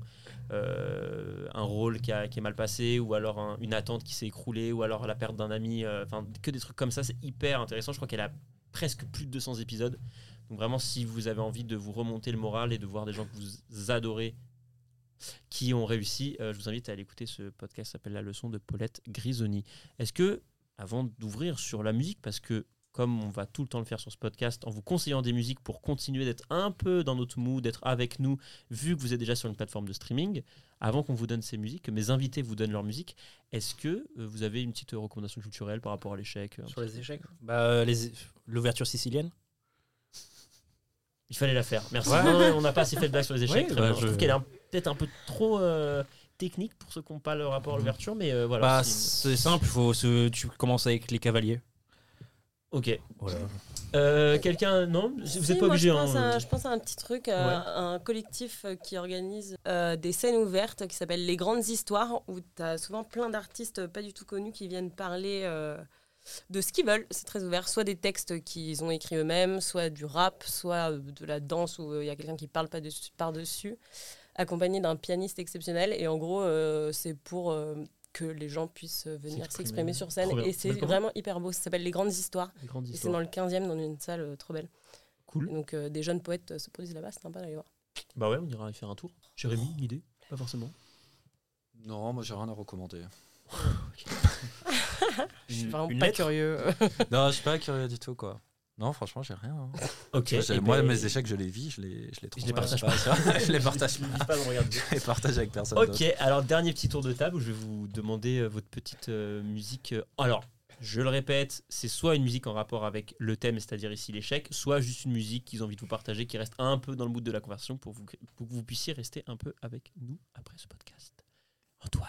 Speaker 2: euh, un rôle qui, a- qui est mal passé, ou alors un- une attente qui s'est écroulée, ou alors la perte d'un ami. euh, Enfin, que des trucs comme ça, c'est hyper intéressant. Je crois qu'elle a presque plus de 200 épisodes. Donc vraiment, si vous avez envie de vous remonter le moral et de voir des gens que vous adorez qui ont réussi, euh, je vous invite à aller écouter ce podcast qui s'appelle La leçon de Paulette Grisoni. Est-ce que, avant d'ouvrir sur la musique, parce que comme on va tout le temps le faire sur ce podcast, en vous conseillant des musiques pour continuer d'être un peu dans notre mood, d'être avec nous, vu que vous êtes déjà sur une plateforme de streaming, avant qu'on vous donne ces musiques, que mes invités vous donnent leur musique, est-ce que euh, vous avez une petite euh, recommandation culturelle par rapport à l'échec euh,
Speaker 6: Sur les échecs Bah, euh, les- l'ouverture sicilienne.
Speaker 2: Il fallait la faire. Merci.
Speaker 6: Ouais.
Speaker 2: Non, non, on n'a pas assez fait de blagues sur les échecs.
Speaker 6: Oui,
Speaker 2: Très
Speaker 6: bah,
Speaker 2: bien. je...
Speaker 6: je-
Speaker 2: trouve qu'elle est un- peut-être un peu trop euh, technique pour ceux qui n'ont pas le rapport à l'ouverture, mais euh, voilà.
Speaker 6: bah,
Speaker 2: c'est-
Speaker 6: c'est simple, faut se- tu commences avec les cavaliers.
Speaker 2: Ok. Euh, Quelqu'un, non Vous n'êtes
Speaker 3: Si,
Speaker 2: pas
Speaker 3: moi,
Speaker 2: obligé.
Speaker 3: Je pense,
Speaker 2: hein.
Speaker 3: à, je pense à un petit truc, euh,
Speaker 2: Ouais.
Speaker 3: un collectif euh, qui organise euh, des scènes ouvertes qui s'appelle Les Grandes Histoires, où tu as souvent plein d'artistes pas du tout connus qui viennent parler euh, de ce qu'ils veulent. C'est très ouvert, soit des textes qu'ils ont écrits eux-mêmes, soit du rap, soit euh, de la danse où il y a quelqu'un qui parle pas dessus- par-dessus, accompagné d'un pianiste exceptionnel. Et en gros, euh, c'est pour. euh, que les gens puissent euh, venir
Speaker 2: S'exprimer.
Speaker 3: s'exprimer sur
Speaker 2: Trop
Speaker 3: scène.
Speaker 2: bien.
Speaker 3: Et c'est
Speaker 2: Ça s'appelle comment
Speaker 3: vraiment hyper beau. Ça s'appelle Les Grandes Histoires.
Speaker 2: Des grandes
Speaker 3: Et c'est dans
Speaker 2: histoires.
Speaker 3: le 15e, dans une salle euh, trop belle.
Speaker 2: Cool.
Speaker 3: Et donc euh, des jeunes poètes euh, se produisent là-bas, c'est sympa d'aller voir.
Speaker 2: Bah ouais, on ira y faire un tour. Jérémy, une idée Pas forcément.
Speaker 4: Non moi j'ai rien à recommander.
Speaker 3: Je suis vraiment
Speaker 7: une
Speaker 3: pas
Speaker 7: lettre
Speaker 3: curieux.
Speaker 4: non je suis pas curieux du tout quoi. Non franchement j'ai rien. hein.
Speaker 2: Ok.
Speaker 4: J'ai-
Speaker 2: et
Speaker 4: moi
Speaker 2: ben,
Speaker 4: mes échecs je les vis, je les je les, trouve,
Speaker 2: partage
Speaker 4: euh, je les
Speaker 2: je
Speaker 4: partage pas.
Speaker 2: ne dis pas dans le regard des autres.
Speaker 4: Je les partage avec personne. d'autre.
Speaker 2: Ok, alors dernier petit tour de table où je vais vous demander euh, votre petite euh, musique. euh, Alors, je le répète, c'est soit une musique en rapport avec le thème, c'est-à-dire ici l'échec, soit juste une musique qu'ils ont envie de vous partager, qui reste un peu dans le mood de la conversation pour, vous, pour que vous puissiez rester un peu avec nous après ce podcast. Antoine,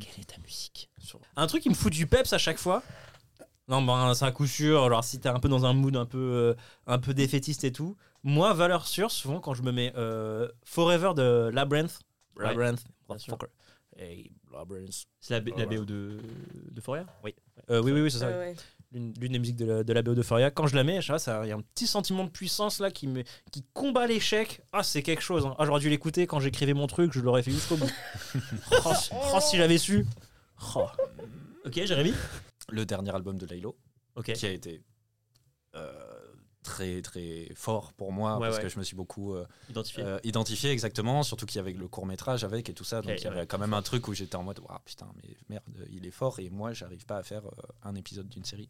Speaker 2: quelle est ta musique
Speaker 6: Un truc qui me fout du peps à chaque fois. Non, ben c'est un coup sûr. Alors, si t'es un peu dans un mood un peu, euh, un peu défaitiste et tout, moi, valeur sûre, souvent quand je me mets euh, Forever de Labyrinth.
Speaker 2: Ouais,
Speaker 6: Labyrinth.
Speaker 2: bien sûr.
Speaker 6: Motherfucker. Hey, Labyrinth.
Speaker 2: C'est la, B-
Speaker 4: Oh
Speaker 2: la
Speaker 6: Voilà.
Speaker 2: BO de, de Foria
Speaker 6: Euh, oui, oui, oui, c'est ça.
Speaker 3: Ah ouais.
Speaker 6: L'une l'une des musiques de la, de la BO de Foria. Quand je la mets, je sais pas, ça- il y a un petit sentiment de puissance là qui, me, qui combat l'échec. Ah, c'est quelque chose. hein. Ah, j'aurais dû l'écouter quand j'écrivais mon truc, je l'aurais fait jusqu'au bout. oh, si- oh, si j'avais su. Oh.
Speaker 2: Ok, Jérémy
Speaker 4: Le dernier album de Laylo.
Speaker 2: Ok.
Speaker 4: qui a été euh, très très fort pour moi
Speaker 2: Ouais,
Speaker 4: parce
Speaker 2: ouais.
Speaker 4: que je me suis beaucoup euh,
Speaker 2: Identifié.
Speaker 4: euh, identifié exactement surtout qu'il y avait le court métrage avec et tout ça donc
Speaker 2: Ok,
Speaker 4: il y avait
Speaker 2: ouais.
Speaker 4: quand même un truc où j'étais en mode Waouh, putain mais merde il est fort et moi j'arrive pas à faire euh, un épisode d'une série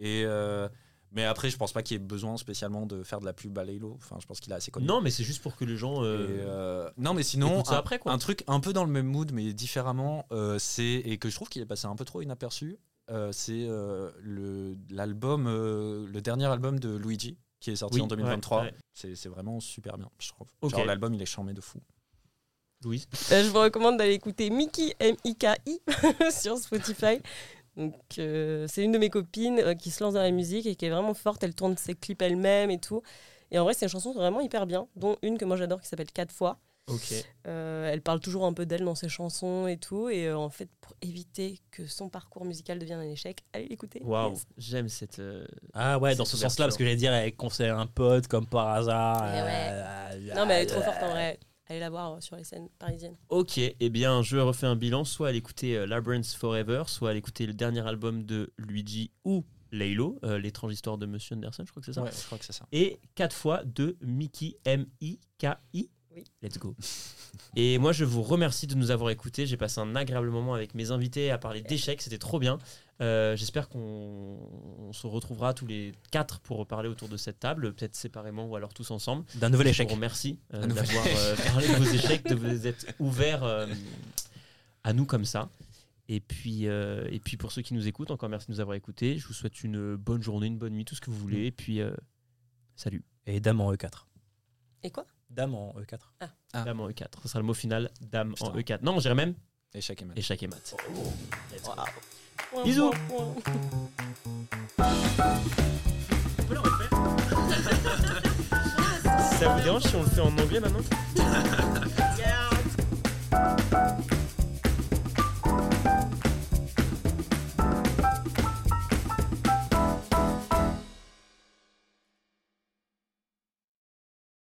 Speaker 4: et euh, mais après je pense pas qu'il y ait besoin spécialement de faire de la pub à Laylo enfin je pense qu'il est assez connu
Speaker 2: non, mais c'est juste pour que les gens.
Speaker 4: Et,
Speaker 2: euh,
Speaker 4: euh, non mais sinon
Speaker 2: écoute ça
Speaker 4: un-
Speaker 2: après, quoi.
Speaker 4: un truc un peu dans le même mood mais différemment euh, c'est et que je trouve qu'il est passé un peu trop inaperçu euh, c'est euh, le l'album euh, le dernier album de Luigi qui est sorti
Speaker 2: Oui,
Speaker 4: en 2023
Speaker 2: ouais, ouais.
Speaker 4: c'est c'est vraiment super bien je trouve
Speaker 2: Ok.
Speaker 4: genre l'album il est charmé de fou
Speaker 2: Louise
Speaker 3: Euh, je vous recommande d'aller écouter Mickey M-I-K-I sur Spotify. Donc, euh, c'est une de mes copines euh, qui se lance dans la musique et qui est vraiment forte. Elle tourne ses clips elle-même et tout. Et en vrai, ses chansons sont vraiment hyper bien, dont une que moi j'adore qui s'appelle 4 fois.
Speaker 8: Ok.
Speaker 3: Euh, elle parle toujours un peu d'elle dans ses chansons et tout. Et euh, en fait, pour éviter que son parcours musical devienne un échec, allez l'écouter.
Speaker 8: Waouh,
Speaker 3: Yes.
Speaker 8: j'aime cette. euh,
Speaker 6: Ah ouais,
Speaker 8: C'est
Speaker 6: dans ce
Speaker 8: ouvert,
Speaker 6: sens-là, parce que j'allais dire, elle conseille un pote comme par hasard.
Speaker 3: Eh
Speaker 6: euh,
Speaker 3: Non, mais elle est trop forte en vrai. Allez la voir euh, sur les scènes parisiennes.
Speaker 2: Ok, eh bien, je refais un bilan. Soit elle écoutait euh, Labyrinth Forever, soit elle écoutait le dernier album de Luigi ou Laylo, euh, L'étrange histoire de Monsieur Anderson, je crois que c'est ça.
Speaker 4: Ouais, je crois que c'est ça.
Speaker 2: Et quatre fois de Mickey, M-I-K-I.
Speaker 3: Oui.
Speaker 2: Let's go. Et moi, je vous remercie de nous avoir écoutés. J'ai passé un agréable moment avec mes invités à parler d'échecs. C'était trop bien. Euh, J'espère qu'on on se retrouvera tous les quatre pour parler autour de cette table, peut-être séparément ou alors tous ensemble.
Speaker 6: D'un nouvel échec.
Speaker 2: Je vous remercie euh,
Speaker 4: Un nouvel
Speaker 2: d'avoir euh, parlé de vos échecs, de vous être ouverts euh, à nous comme ça. Et puis, euh, et puis pour ceux qui nous écoutent, encore merci de nous avoir écoutés. Je vous souhaite une bonne journée, une bonne nuit, tout ce que vous
Speaker 4: Mm.
Speaker 2: voulez. Et puis, euh, salut.
Speaker 6: Et dame en E E4.
Speaker 3: Et quoi
Speaker 6: Dame en E E4.
Speaker 4: Ah.
Speaker 2: Dame en E4. Ce sera le mot final. Dame en
Speaker 4: Putain.
Speaker 2: E4. Non, j'irai même
Speaker 4: Échec et mat.
Speaker 2: échec et maths. Let's go.
Speaker 3: Bisous
Speaker 2: Ça vous dérange si on le fait en anglais maintenant